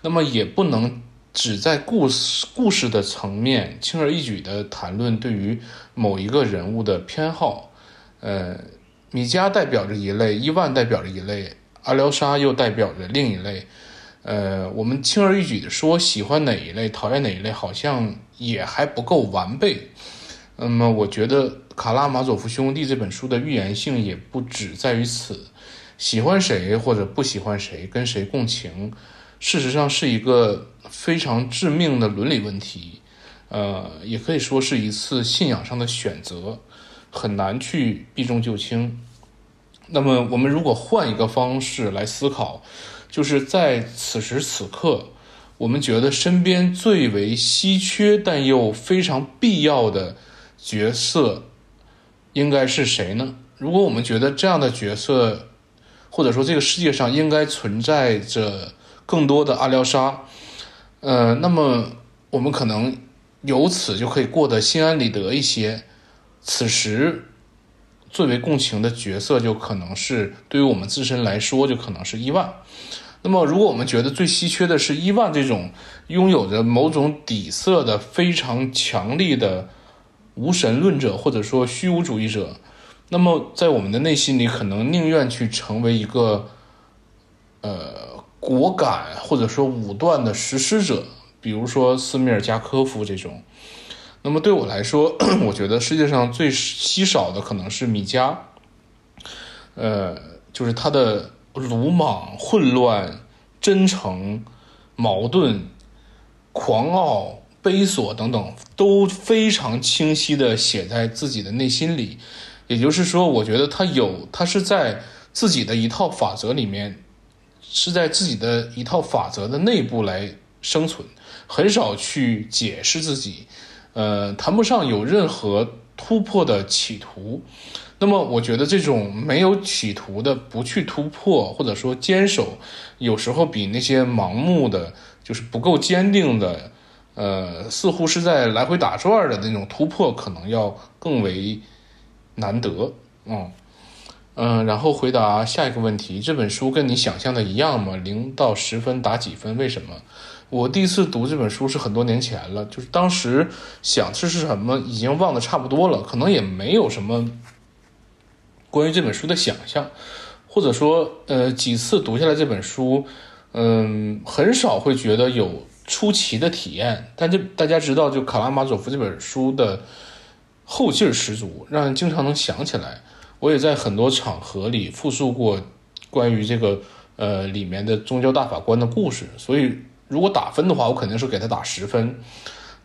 那么也不能只在故事故事的层面轻而易举地谈论对于某一个人物的偏好。呃，米迦代表着一类，伊万代表着一类，阿廖沙又代表着另一类。呃，我们轻而易举地说喜欢哪一类，讨厌哪一类，好像也还不够完备。那么，我觉得《卡拉马佐夫兄弟》这本书的预言性也不只在于此，喜欢谁或者不喜欢谁，跟谁共情，事实上是一个非常致命的伦理问题，呃，也可以说是一次信仰上的选择，很难去避重就轻。那么，我们如果换一个方式来思考，就是在此时此刻，我们觉得身边最为稀缺但又非常必要的。角色应该是谁呢？如果我们觉得这样的角色，或者说这个世界上应该存在着更多的阿廖沙，呃，那么我们可能由此就可以过得心安理得一些。此时，最为共情的角色就可能是对于我们自身来说，就可能是伊万。那么，如果我们觉得最稀缺的是伊万这种拥有着某种底色的非常强力的无神论者或者说虚无主义者，那么在我们的内心里，可能宁愿去成为一个呃果敢或者说武断的实施者，比如说斯米尔加科夫这种。那么对我来说，我觉得世界上最稀少的可能是米迦，呃，就是他的鲁莽、混乱、真诚、矛盾、狂傲、悲索等等，都非常清晰地写在自己的内心里。也就是说，我觉得他有，他是在自己的一套法则里面，是在自己的一套法则的内部来生存，很少去解释自己，呃，谈不上有任何突破的企图。那么，我觉得这种没有企图的、不去突破或者说坚守，有时候比那些盲目的、就是不够坚定的，呃，似乎是在来回打转儿的那种突破，可能要更为难得。嗯，嗯，然后回答下一个问题：这本书跟你想象的一样吗？零到十分打几分？为什么？我第一次读这本书是很多年前了，就是当时想这是什么，已经忘得差不多了，可能也没有什么关于这本书的想象，或者说，呃，几次读下来这本书，嗯，很少会觉得有出奇的体验。但这大家知道，就卡拉马佐夫这本书的后劲儿十足，让人经常能想起来。我也在很多场合里复述过关于这个呃里面的宗教大法官的故事，所以如果打分的话，我肯定是给他打十分。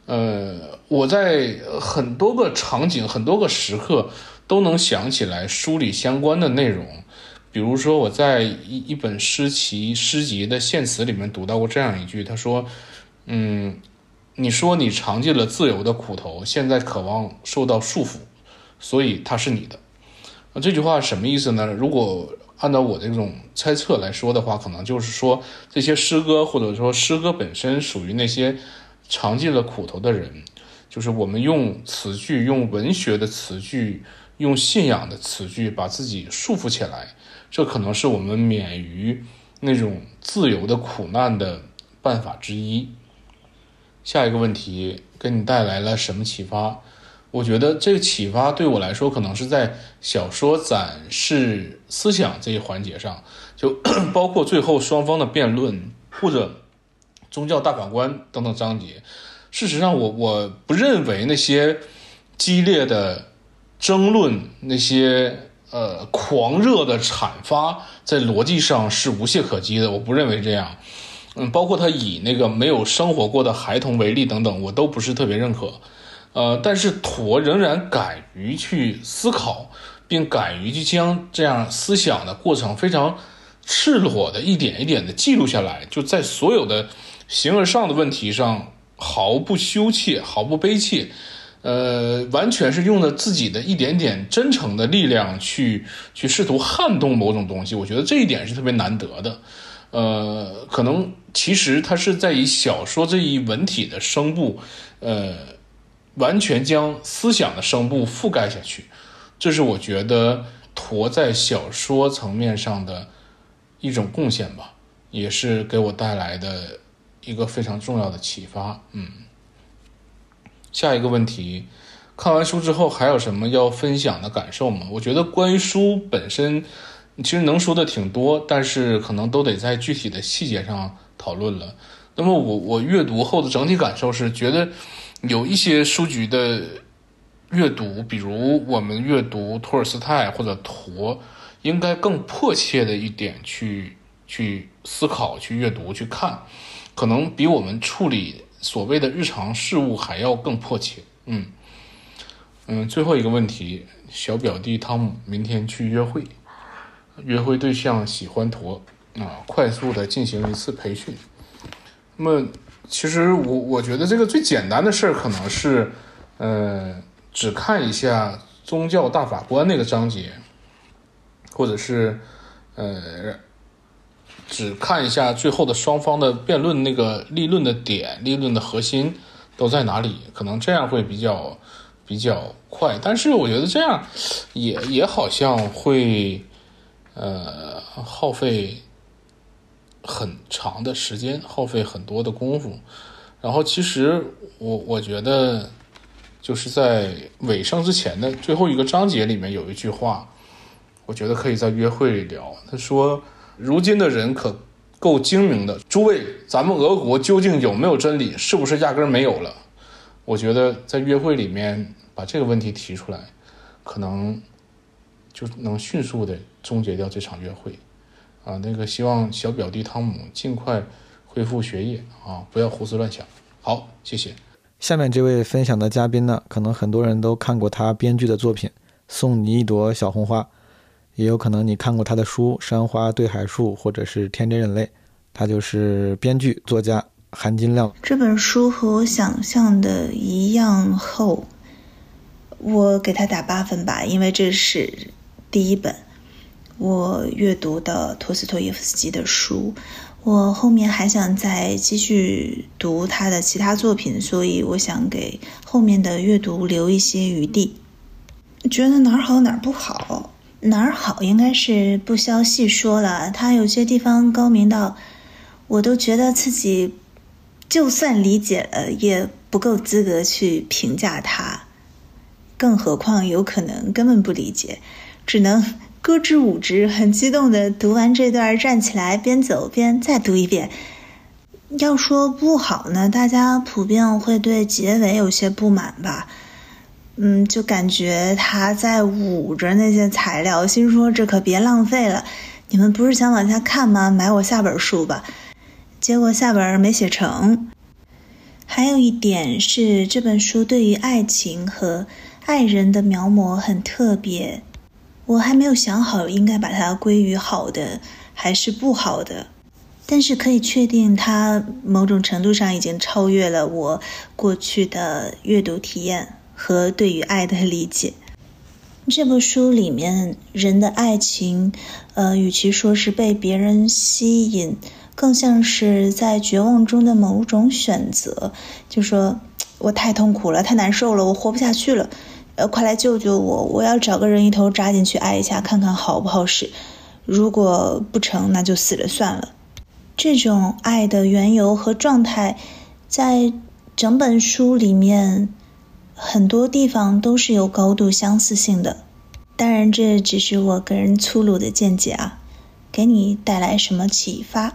呃，我在很多个场景、很多个时刻都能想起来书里相关的内容，比如说我在一一本诗集诗集的献词里面读到过这样一句，他说：“嗯，你说你尝尽了自由的苦头，现在渴望受到束缚，所以它是你的。”那这句话什么意思呢？如果按照我这种猜测来说的话，可能就是说这些诗歌或者说诗歌本身属于那些尝尽了苦头的人，就是我们用词句、用文学的词句、用信仰的词句把自己束缚起来，这可能是我们免于那种自由的苦难的办法之一。下一个问题给你带来了什么启发？我觉得这个启发对我来说，可能是在小说展示思想这一环节上，就 包括最后双方的辩论或者宗教大法官等等章节。事实上我，我不认为那些激烈的争论、那些呃狂热的阐发，在逻辑上是无懈可击的。我不认为这样。嗯，包括他以那个没有生活过的孩童为例等等，我都不是特别认可。呃，但是陀仍然敢于去思考，并敢于去将这样思想的过程非常赤裸的一点一点的记录下来，就在所有的形而上的问题上毫不羞怯，毫不悲切，呃，完全是用了自己的一点点真诚的力量去去试图撼动某种东西。我觉得这一点是特别难得的。呃，可能其实它是在以小说这一文体的声部，呃，完全将思想的声部覆盖下去，这是我觉得陀在小说层面上的一种贡献吧，也是给我带来的一个非常重要的启发。嗯，下一个问题，看完书之后还有什么要分享的感受吗？我觉得关于书本身，其实能说的挺多，但是可能都得在具体的细节上讨论了。那么我我阅读后的整体感受是觉得。有一些书局的阅读，比如我们阅读托尔斯泰或者陀，应该更迫切的一点去去思考、去阅读、去看，可能比我们处理所谓的日常事务还要更迫切。嗯嗯，最后一个问题，小表弟汤姆明天去约会，约会对象喜欢陀啊，快速的进行一次培训。那么，其实我我觉得这个最简单的事儿可能是，呃，只看一下宗教大法官那个章节，或者是，呃，只看一下最后的双方的辩论那个立论的点、立论的核心都在哪里，可能这样会比较比较快。但是我觉得这样也也好像会，呃，耗费很长的时间，耗费很多的功夫。然后其实我我觉得，就是在尾声之前的最后一个章节里面有一句话，我觉得可以在约会里聊。他说：“如今的人可够精明的，诸位，咱们俄国究竟有没有真理？是不是压根儿没有了？”我觉得在约会里面把这个问题提出来，可能就能迅速的终结掉这场约会。啊，那个希望小表弟汤姆尽快恢复学业啊，不要胡思乱想。好，谢谢。
下面这位分享的嘉宾呢，可能很多人都看过他编剧的作品《送你一朵小红花》，也有可能你看过他的书《山花对海树》或者是《天真人类》。他就是编剧作家韩金亮。
这本书和我想象的一样厚，我给它打八分吧，因为这是第一本我阅读的托斯托耶夫斯基的书。我后面还想再继续读他的其他作品，所以我想给后面的阅读留一些余地。觉得哪儿好哪儿不好，哪儿好，应该是不消细说了。他有些地方高明到，我都觉得自己就算理解了，也不够资格去评价他，更何况有可能根本不理解，只能咯吱舞之，很激动的读完这段，站起来边走边再读一遍。要说不好呢，大家普遍会对结尾有些不满吧。嗯，就感觉他在捂着那些材料，心说这可别浪费了。你们不是想往下看吗？买我下本书吧。结果下本没写成。还有一点是，这本书对于爱情和爱人的描摹很特别，我还没有想好应该把它归于好的还是不好的。但是可以确定，它某种程度上已经超越了我过去的阅读体验和对于爱的理解。这部书里面，人的爱情，呃，与其说是被别人吸引，更像是在绝望中的某种选择。就说我太痛苦了，太难受了，我活不下去了，呃，快来救救我！我要找个人一头扎进去爱一下，看看好不好使。如果不成，那就死了算了。这种爱的缘由和状态，在整本书里面很多地方都是有高度相似性的。当然，这只是我个人粗鲁的见解啊，给你带来什么启发？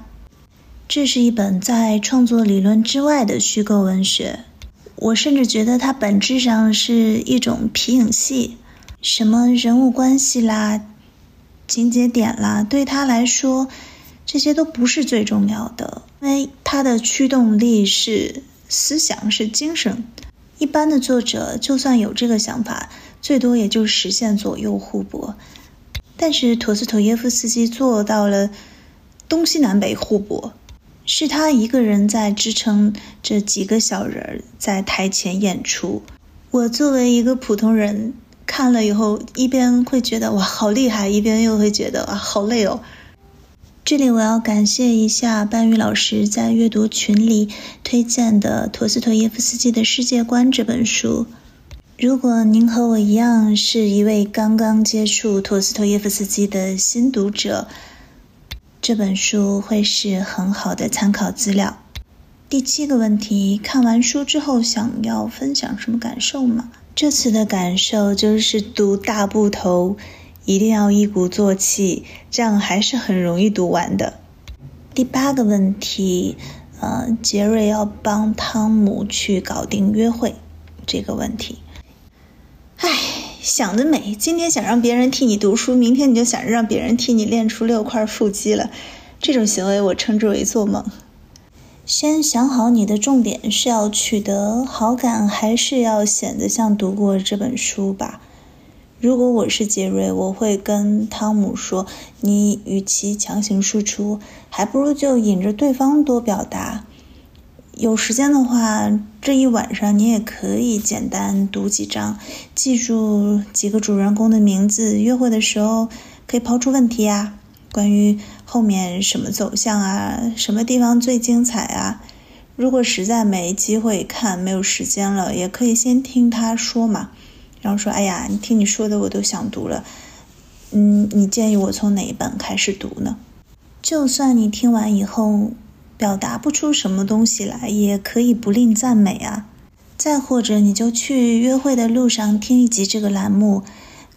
这是一本在创作理论之外的虚构文学，我甚至觉得它本质上是一种皮影戏，什么人物关系啦、情节点啦，对他来说。这些都不是最重要的，因为它的驱动力是思想，是精神。一般的作者就算有这个想法，最多也就实现左右互搏。但是陀思妥耶夫斯基做到了东西南北互搏，是他一个人在支撑这几个小人儿在台前演出。我作为一个普通人看了以后，一边会觉得哇好厉害，一边又会觉得哇好累哦。这里我要感谢一下班宇老师在阅读群里推荐的陀思妥耶夫斯基的《世界观》这本书。如果您和我一样是一位刚刚接触陀思妥耶夫斯基的新读者，这本书会是很好的参考资料。第七个问题：看完书之后想要分享什么感受吗？这次的感受就是读大部头。一定要一鼓作气，这样还是很容易读完的。第八个问题，呃，杰瑞要帮汤姆去搞定约会这个问题。唉，想得美！今天想让别人替你读书，明天你就想着让别人替你练出六块腹肌了，这种行为我称之为做梦。先想好你的重点是要取得好感，还是要显得像读过这本书吧。如果我是杰瑞，我会跟汤姆说：“你与其强行输出，还不如就引着对方多表达。有时间的话，这一晚上你也可以简单读几章，记住几个主人公的名字。约会的时候可以抛出问题啊，关于后面什么走向啊，什么地方最精彩啊。如果实在没机会看，没有时间了，也可以先听他说嘛。”然后说：“哎呀，你听你说的，我都想读了。嗯，你建议我从哪一本开始读呢？就算你听完以后表达不出什么东西来，也可以不吝赞美啊。再或者，你就去约会的路上听一集这个栏目，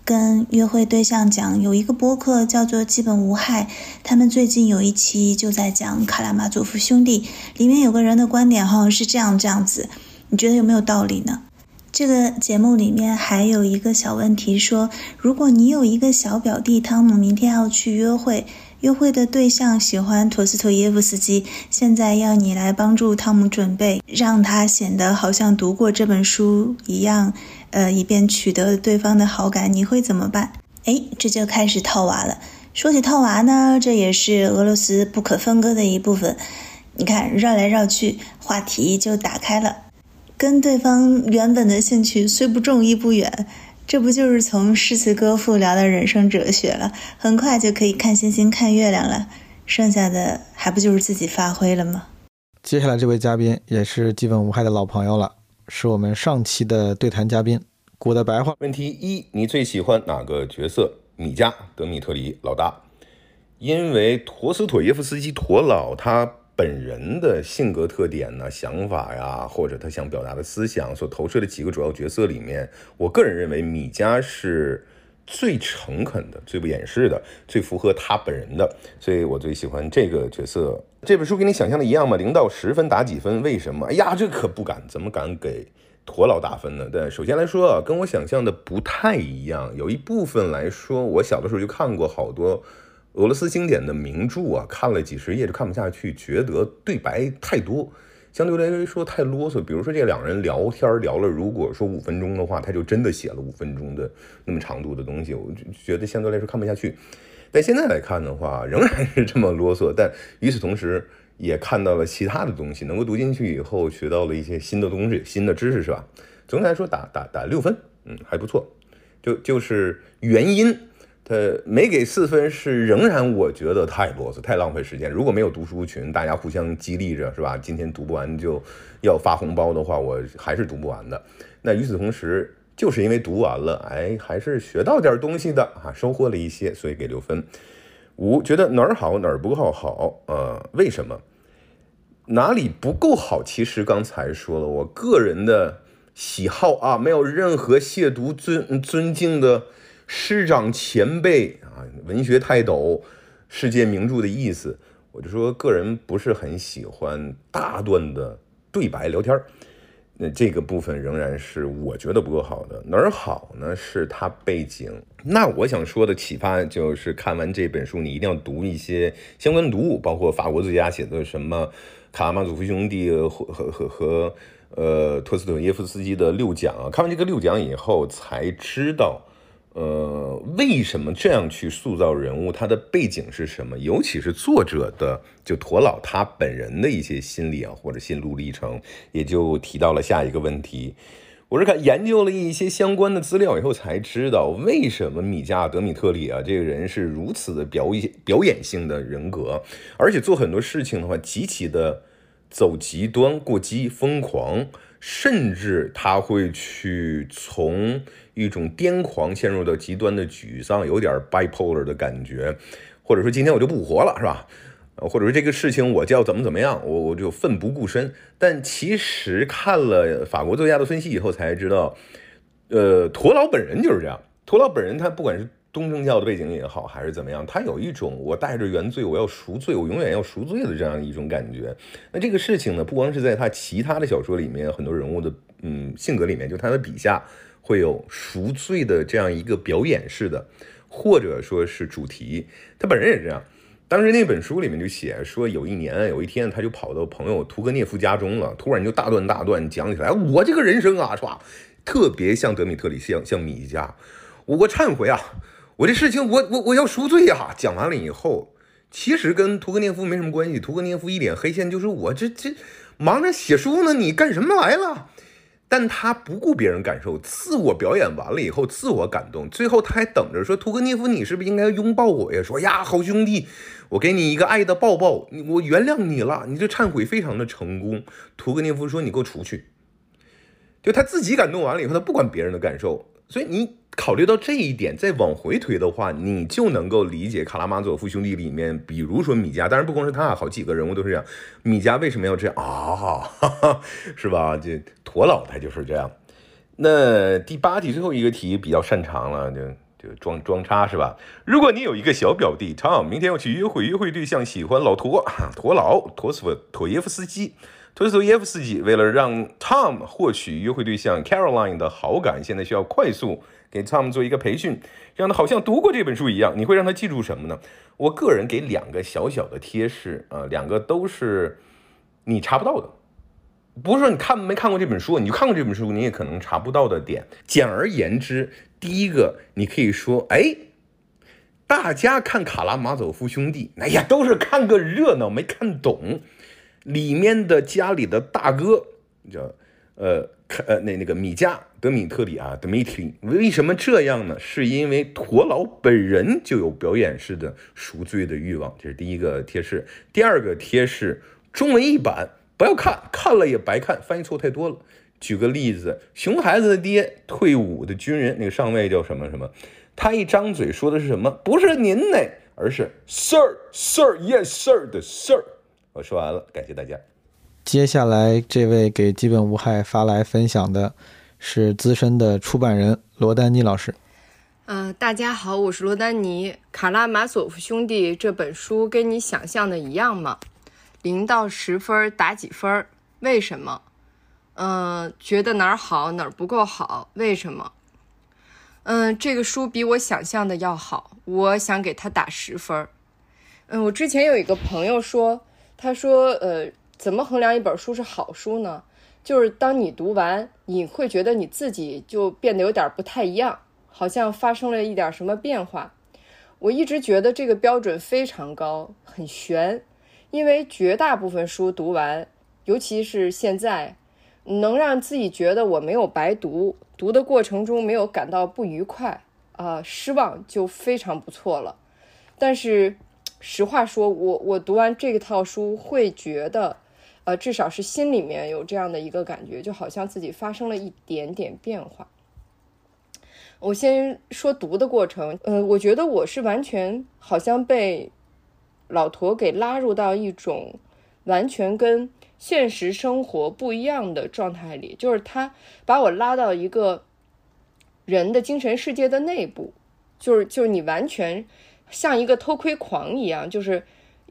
跟约会对象讲，有一个播客叫做《基本无害》，他们最近有一期就在讲卡拉马佐夫兄弟，里面有个人的观点哈是这样这样子，你觉得有没有道理呢？”这个节目里面还有一个小问题说，如果你有一个小表弟汤姆，明天要去约会，约会的对象喜欢陀思妥耶夫斯基，现在要你来帮助汤姆准备，让他显得好像读过这本书一样，呃，以便取得对方的好感，你会怎么办？哎，这就开始套娃了。说起套娃呢，这也是俄罗斯不可分割的一部分。你看，绕来绕去，话题就打开了。跟对方原本的兴趣虽不中亦不远，这不就是从诗词歌赋聊到人生哲学了？很快就可以看星星、看月亮了，剩下的还不就是自己发挥了吗？
接下来这位嘉宾也是基本无害的老朋友了，是我们上期的对谈嘉宾。古的白话
问题一：你最喜欢哪个角色？米加德米特里老大，因为陀思妥耶夫斯基陀老他本人的性格特点呢、想法呀，或者他想表达的思想所投射的几个主要角色里面，我个人认为米加是最诚恳的、最不掩饰的、最符合他本人的，所以我最喜欢这个角色。这本书跟你想象的一样吗？零到十分打几分？为什么？哎呀，这可不敢，怎么敢给陀老打分呢？但首先来说啊，跟我想象的不太一样。有一部分来说，我小的时候就看过好多俄罗斯经典的名著啊，看了几十页就看不下去，觉得对白太多，相对来说太啰嗦。比如说这两人聊天聊了，如果说五分钟的话，他就真的写了五分钟的那么长度的东西，我就觉得相对来说看不下去。但现在来看的话，仍然是这么啰嗦，但与此同时也看到了其他的东西，能够读进去以后学到了一些新的东西、新的知识，是吧？总体来说打打打六分，嗯，还不错。就就是原因，他没给四分是仍然我觉得太啰嗦、太浪费时间。如果没有读书群，大家互相激励着，是吧？今天读不完就要发红包的话，我还是读不完的。那与此同时，就是因为读完了，哎，还是学到点东西的啊，收获了一些，所以给六分。五觉得哪儿好哪儿不够好，呃，为什么？哪里不够好？其实刚才说了，我个人的喜好啊，没有任何亵渎尊尊敬的师长前辈啊，文学泰斗、世界名著的意思，我就说个人不是很喜欢大段的对白聊天儿。那这个部分仍然是我觉得不够好的，哪儿好呢？是它背景。那我想说的启发就是，看完这本书，你一定要读一些相关的读物，包括法国作家写的什么《卡拉马佐夫兄弟》和和和和呃托斯托耶夫斯基的《六讲》啊。看完这个《六讲》以后，才知道。呃，为什么这样去塑造人物？他的背景是什么？尤其是作者的，就驼老他本人的一些心理啊，或者心路历程，也就提到了下一个问题。我是看研究了一些相关的资料以后，才知道为什么米加德米特里啊这个人是如此的表演表演性的人格，而且做很多事情的话，极其的走极端、过激、疯狂。甚至他会去从一种癫狂陷入到极端的沮丧，有点 bipolar 的感觉，或者说今天我就不活了，是吧？呃或者说这个事情我就要怎么怎么样，我我就奋不顾身。但其实看了法国作家的分析以后才知道，呃，陀老本人就是这样。陀老本人他不管是东正教的背景也好，还是怎么样，他有一种我带着原罪，我要赎罪，我永远要赎罪的这样一种感觉。那这个事情呢，不光是在他其他的小说里面，很多人物的嗯性格里面，就他的笔下会有赎罪的这样一个表演式的，或者说是主题。他本人也这样。当时那本书里面就写说，有一年有一天，他就跑到朋友屠格涅夫家中了，突然就大段大段讲起来，我这个人生啊，唰，特别像德米特里，像像米家，我我忏悔啊，我这事情我我我要赎罪啊。讲完了以后，其实跟屠格涅夫没什么关系，屠格涅夫一脸黑线，就是我这这忙着写书呢，你干什么来了？但他不顾别人感受，自我表演完了以后，自我感动，最后他还等着说：“屠格涅夫，你是不是应该拥抱我呀？”说：“呀，好兄弟，我给你一个爱的抱抱，你我原谅你了。”你这忏悔非常的成功。屠格涅夫说：“你给我出去。”就他自己感动完了以后，他不管别人的感受，所以你考虑到这一点，再往回推的话，你就能够理解《卡拉马佐夫兄弟》里面，比如说米加，当然不光是他，好几个人物都是这样。米加为什么要这样啊、哈哈，是吧？这驼老他就是这样。那第八题最后一个题比较擅长了，就就装装叉是吧？如果你有一个小表弟 Tom，明天要去约会，约会对象喜欢老 陀陀老陀斯陀耶夫斯基。托斯托耶夫斯基为了让 Tom 获取约会对象 Caroline 的好感，现在需要快速给 Tom 做一个培训，让他好像读过这本书一样。你会让他记住什么呢？我个人给两个小小的贴士啊、呃两个都是你查不到的。不是说你看没看过这本书，你就看过这本书，你也可能查不到的点。简而言之，第一个，你可以说，哎，大家看《卡拉马佐夫兄弟》，哎呀，都是看个热闹，没看懂里面的家里的大哥，叫呃看呃那那个米加德米特里啊德米特里，为什么这样呢？是因为陀老本人就有表演式的赎罪的欲望，这是第一个贴士。第二个贴士，中文译版不要看，看了也白看，翻译错太多了。举个例子，熊孩子的爹，退伍的军人，那个上尉叫什么什么，他一张嘴说的是什么？不是您呢，而是 Sir Sir Yes Sir 的 Sir。我说完了，感谢大家。
接下来这位给基本无害发来分享的是资深的出版人罗丹妮老师。
嗯，大家好，我是罗丹尼。《卡拉马佐夫兄弟》这本书跟你想象的一样吗？零到十分打几分儿？为什么？嗯，觉得哪儿好哪儿不够好？为什么？嗯，这个书比我想象的要好，我想给它打十分儿。嗯，我之前有一个朋友说，他说，呃，怎么衡量一本书是好书呢？就是当你读完，你会觉得你自己就变得有点不太一样，好像发生了一点什么变化。我一直觉得这个标准非常高，很悬，因为绝大部分书读完，尤其是现在，能让自己觉得我没有白读，读的过程中没有感到不愉快啊、失望，就非常不错了。但是，实话说，我我读完这套书会觉得，呃，至少是心里面有这样的一个感觉，就好像自己发生了一点点变化。我先说读的过程，呃，我觉得我是完全好像被老陀给拉入到一种完全跟现实生活不一样的状态里，就是他把我拉到一个人的精神世界的内部，就是就是你完全像一个偷窥狂一样，就是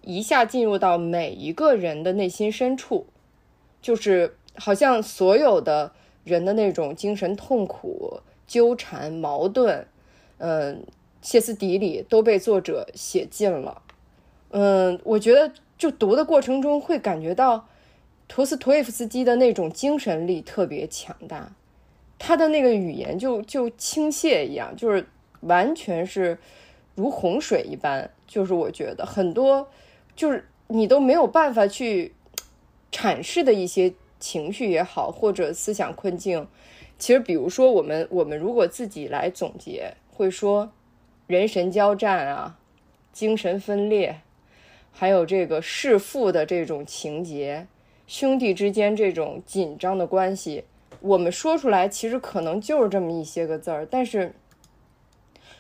一下进入到每一个人的内心深处，就是好像所有的人的那种精神痛苦、纠缠、矛盾，嗯、歇斯底里都被作者写尽了。嗯，我觉得就读的过程中会感觉到陀思妥耶夫斯基的那种精神力特别强大，他的那个语言就就倾泻一样，就是完全是如洪水一般，就是我觉得很多就是你都没有办法去阐释的一些情绪也好，或者思想困境。其实，比如说我们我们如果自己来总结，会说人神交战啊，精神分裂，还有这个弑父的这种情节，兄弟之间这种紧张的关系，我们说出来其实可能就是这么一些个字儿，但是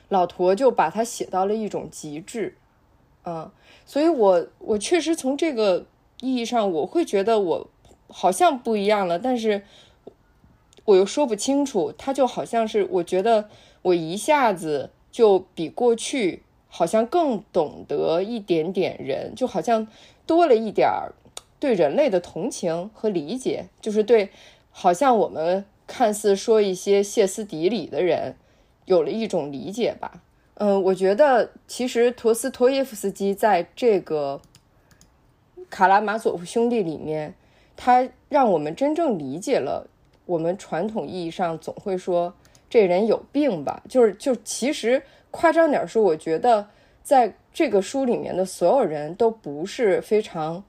老陀就把它写到了一种极致，嗯，所以我我确实从这个意义上，我会觉得我好像不一样了，但是我又说不清楚，它就好像是我觉得我一下子就比过去好像更懂得一点点人，就好像多了一点儿对人类的同情和理解，就是对好像我们看似说一些歇斯底里的人有了一种理解吧。嗯，我觉得其实陀思妥耶夫斯基在这个《卡拉马佐夫兄弟》里面，他让我们真正理解了我们传统意义上总会说这人有病吧，就是就其实夸张点说，我觉得在这个书里面的所有人都不是非常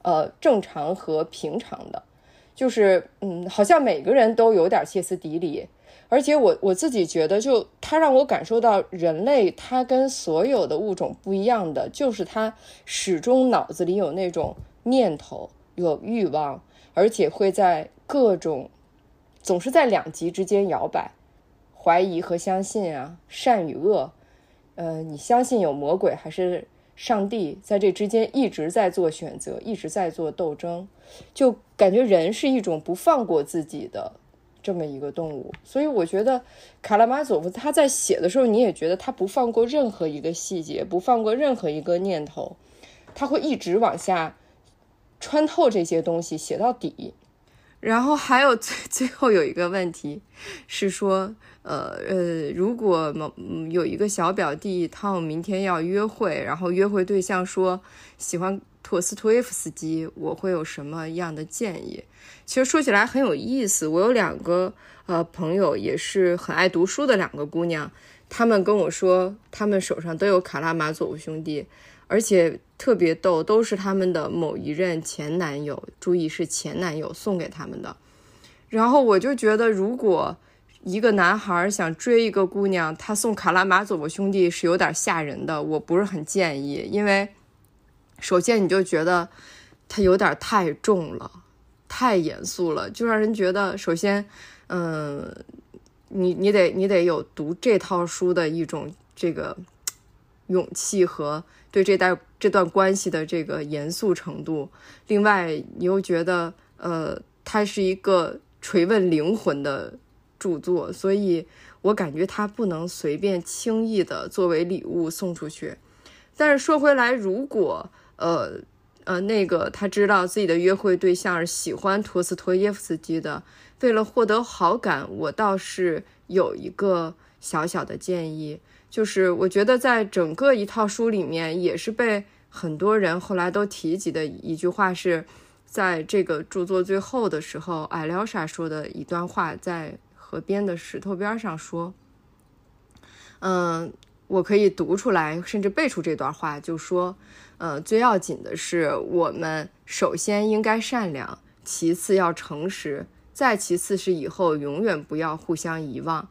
呃正常和平常的，就是嗯，好像每个人都有点歇斯底里，而且我我自己觉得就，它让我感受到人类它跟所有的物种不一样的，就是它始终脑子里有那种念头、有欲望，而且会在各种总是在两极之间摇摆，怀疑和相信啊，善与恶，呃，你相信有魔鬼还是上帝，在这之间一直在做选择，一直在做斗争，就感觉人是一种不放过自己的这么一个动物。所以我觉得卡拉马佐夫他在写的时候，你也觉得他不放过任何一个细节，不放过任何一个念头，他会一直往下穿透这些东西写到底。然后还有最最后有一个问题是说，呃呃，如果某嗯有一个小表弟，他们明天要约会，然后约会对象说喜欢陀思妥耶夫斯基，我会有什么样的建议？其实说起来很有意思，我有两个呃朋友也是很爱读书的两个姑娘，她们跟我说，她们手上都有卡拉马佐夫兄弟，而且特别逗，都是他们的某一任前男友，注意是前男友送给他们的。然后我就觉得，如果一个男孩想追一个姑娘，他送卡拉马佐夫兄弟是有点吓人的，我不是很建议，因为首先你就觉得他有点太重了，太严肃了，就让人觉得首先，嗯、你你得你得有读这套书的一种这个勇气和对这代这段关系的这个严肃程度。另外，你又觉得呃，它是一个垂问灵魂的著作，所以我感觉它不能随便轻易的作为礼物送出去。但是说回来，如果呃呃那个他知道自己的约会对象是喜欢陀思妥耶夫斯基的，为了获得好感，我倒是有一个小小的建议，就是我觉得在整个一套书里面，也是被很多人后来都提及的一句话是。在这个著作最后的时候，艾廖莎说的一段话，在河边的石头边上说：“嗯，我可以读出来，甚至背出这段话，就说，呃，最要紧的是，我们首先应该善良，其次要诚实，再其次是以后永远不要互相遗忘。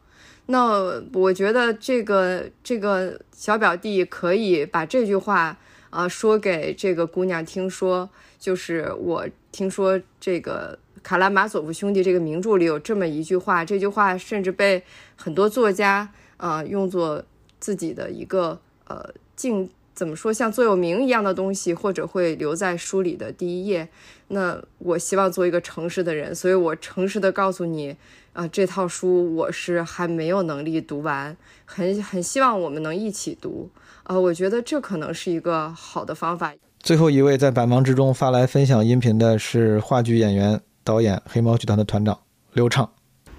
那我觉得这个这个小表弟可以把这句话啊、呃说给这个姑娘听说，就是我听说这个卡拉马佐夫兄弟这个名著里有这么一句话，这句话甚至被很多作家呃用作自己的一个呃敬怎么说像座右铭一样的东西，或者会留在书里的第一页。那我希望做一个诚实的人，所以我诚实的告诉你，啊、这套书我是还没有能力读完，很很希望我们能一起读。啊，我觉得这可能是一个好的方法。
最后一位在百忙之中发来分享音频的是话剧演员、导演黑猫剧团的团长刘畅。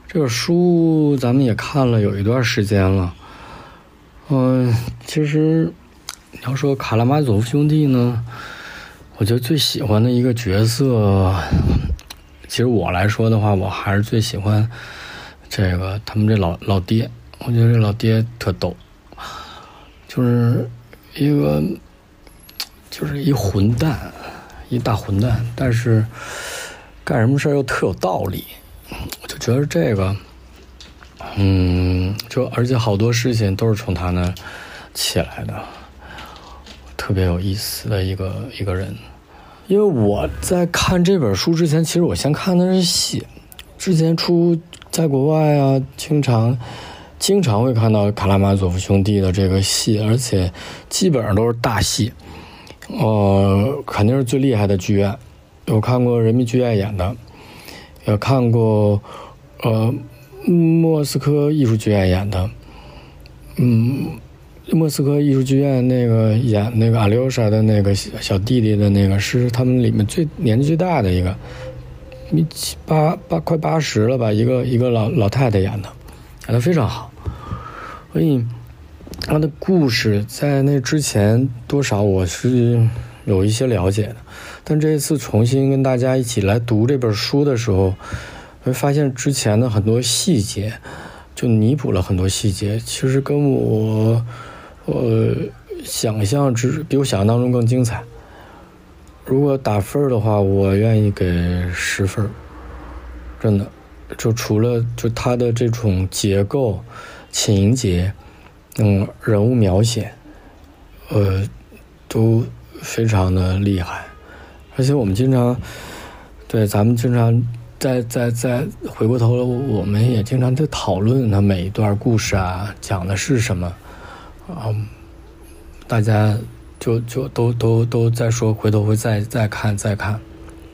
这个书咱们也看了有一段时间了，嗯、其实你要说卡拉马佐夫兄弟呢，我觉得最喜欢的一个角色，其实我来说的话，我还是最喜欢这个他们这老老爹，我觉得这老爹特逗，就是一个就是一混蛋，一大混蛋，但是干什么事儿又特有道理，我就觉得这个，嗯，就而且好多事情都是从他那起来的，特别有意思的一个一个人。因为我在看这本书之前，其实我先看的是戏，之前出在国外啊，经常经常会看到卡拉马佐夫兄弟的这个戏，而且基本上都是大戏，呃，肯定是最厉害的剧院。有看过人民剧院演的，也看过呃莫斯科艺术剧院演的，嗯，莫斯科艺术剧院那个演那个阿廖沙的那个小小弟弟的那个是他们里面最年纪最大的一个，一七八八快八十了吧，一个一个老老太太演的，演的非常好，所以他的故事在那之前多少我是有一些了解的，但这一次重新跟大家一起来读这本书的时候，会发现之前的很多细节，就弥补了很多细节，其实跟我呃想象之比我想象当中更精彩。如果打分儿的话，我愿意给十分儿，真的，就除了就它的这种结构、情节，嗯，人物描写，呃，都非常的厉害。而且我们经常，对咱们经常在在在回过头来，我们也经常在讨论它每一段故事啊，讲的是什么啊、嗯大家就就都都都再说，回头会再再看再看。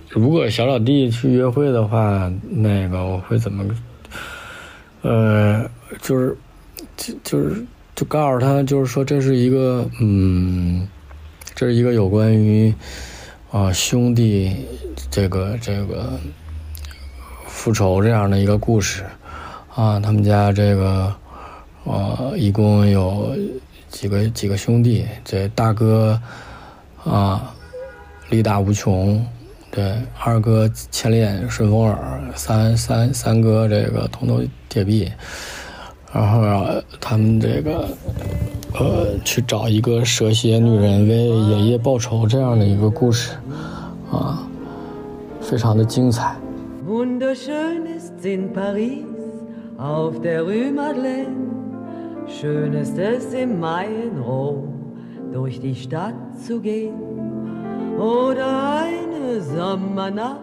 如果小老弟去约会的话，那个我会怎么？呃，就是就就是就告诉他，就是说这是一个嗯，这是一个有关于啊、兄弟这个这个复仇这样的一个故事啊，他们家这个呃一共有几个几个兄弟，这大哥啊力大无穷，对二哥千里眼顺风耳，三三三哥这个铜头铁臂，然后、啊、他们这个呃去找一个蛇蝎女人为爷爷报仇这样的一个故事啊，非常的精彩。
Wunderschön ist's in Paris, auf der Rue Madeleine. Schön ist es im Mai in Rom, durch die Stadt zu gehen. Oder eine Sommernacht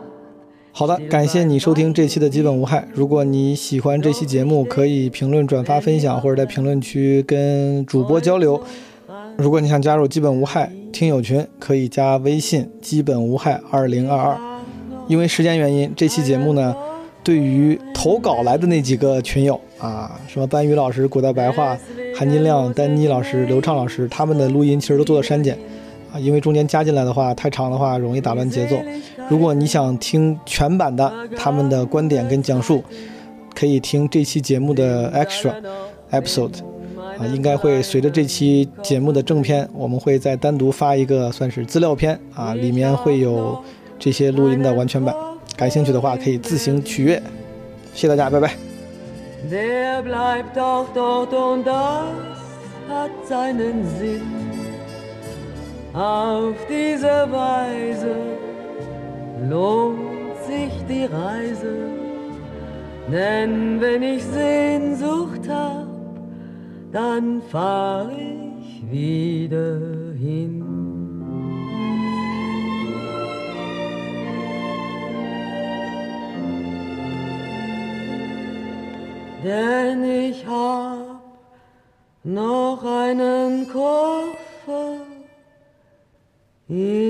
好的，感谢你收听这期的基本无害。如果你喜欢这期节目，可以评论、转发、分享，或者在评论区跟主播交流。如果你想加入基本无害听友群，可以加微信“基本无害二零二二”。因为时间原因，这期节目呢，对于投稿来的那几个群友啊，什么班宇老师、古代白话、韩金亮、丹妮老师、刘畅老师，他们的录音其实都做了删减啊，因为中间加进来的话太长的话，容易打乱节奏。如果你想听全版的他们的观点跟讲述，可以听这期节目的 extra episode 啊，应该会随着这期节目的正片，我们会再单独发一个算是资料片啊，里面会有这些录音的完全版。感兴趣的话可以自行取阅，谢谢大家，拜拜。
Der bleibt auch dort und das hat seinen Sinn. Auf diese Weise lohnt sich die Reise. Denn wenn ich Sehnsucht hab, dann fahr ich wieder hin. denn ich hab noch einen Koffer. Im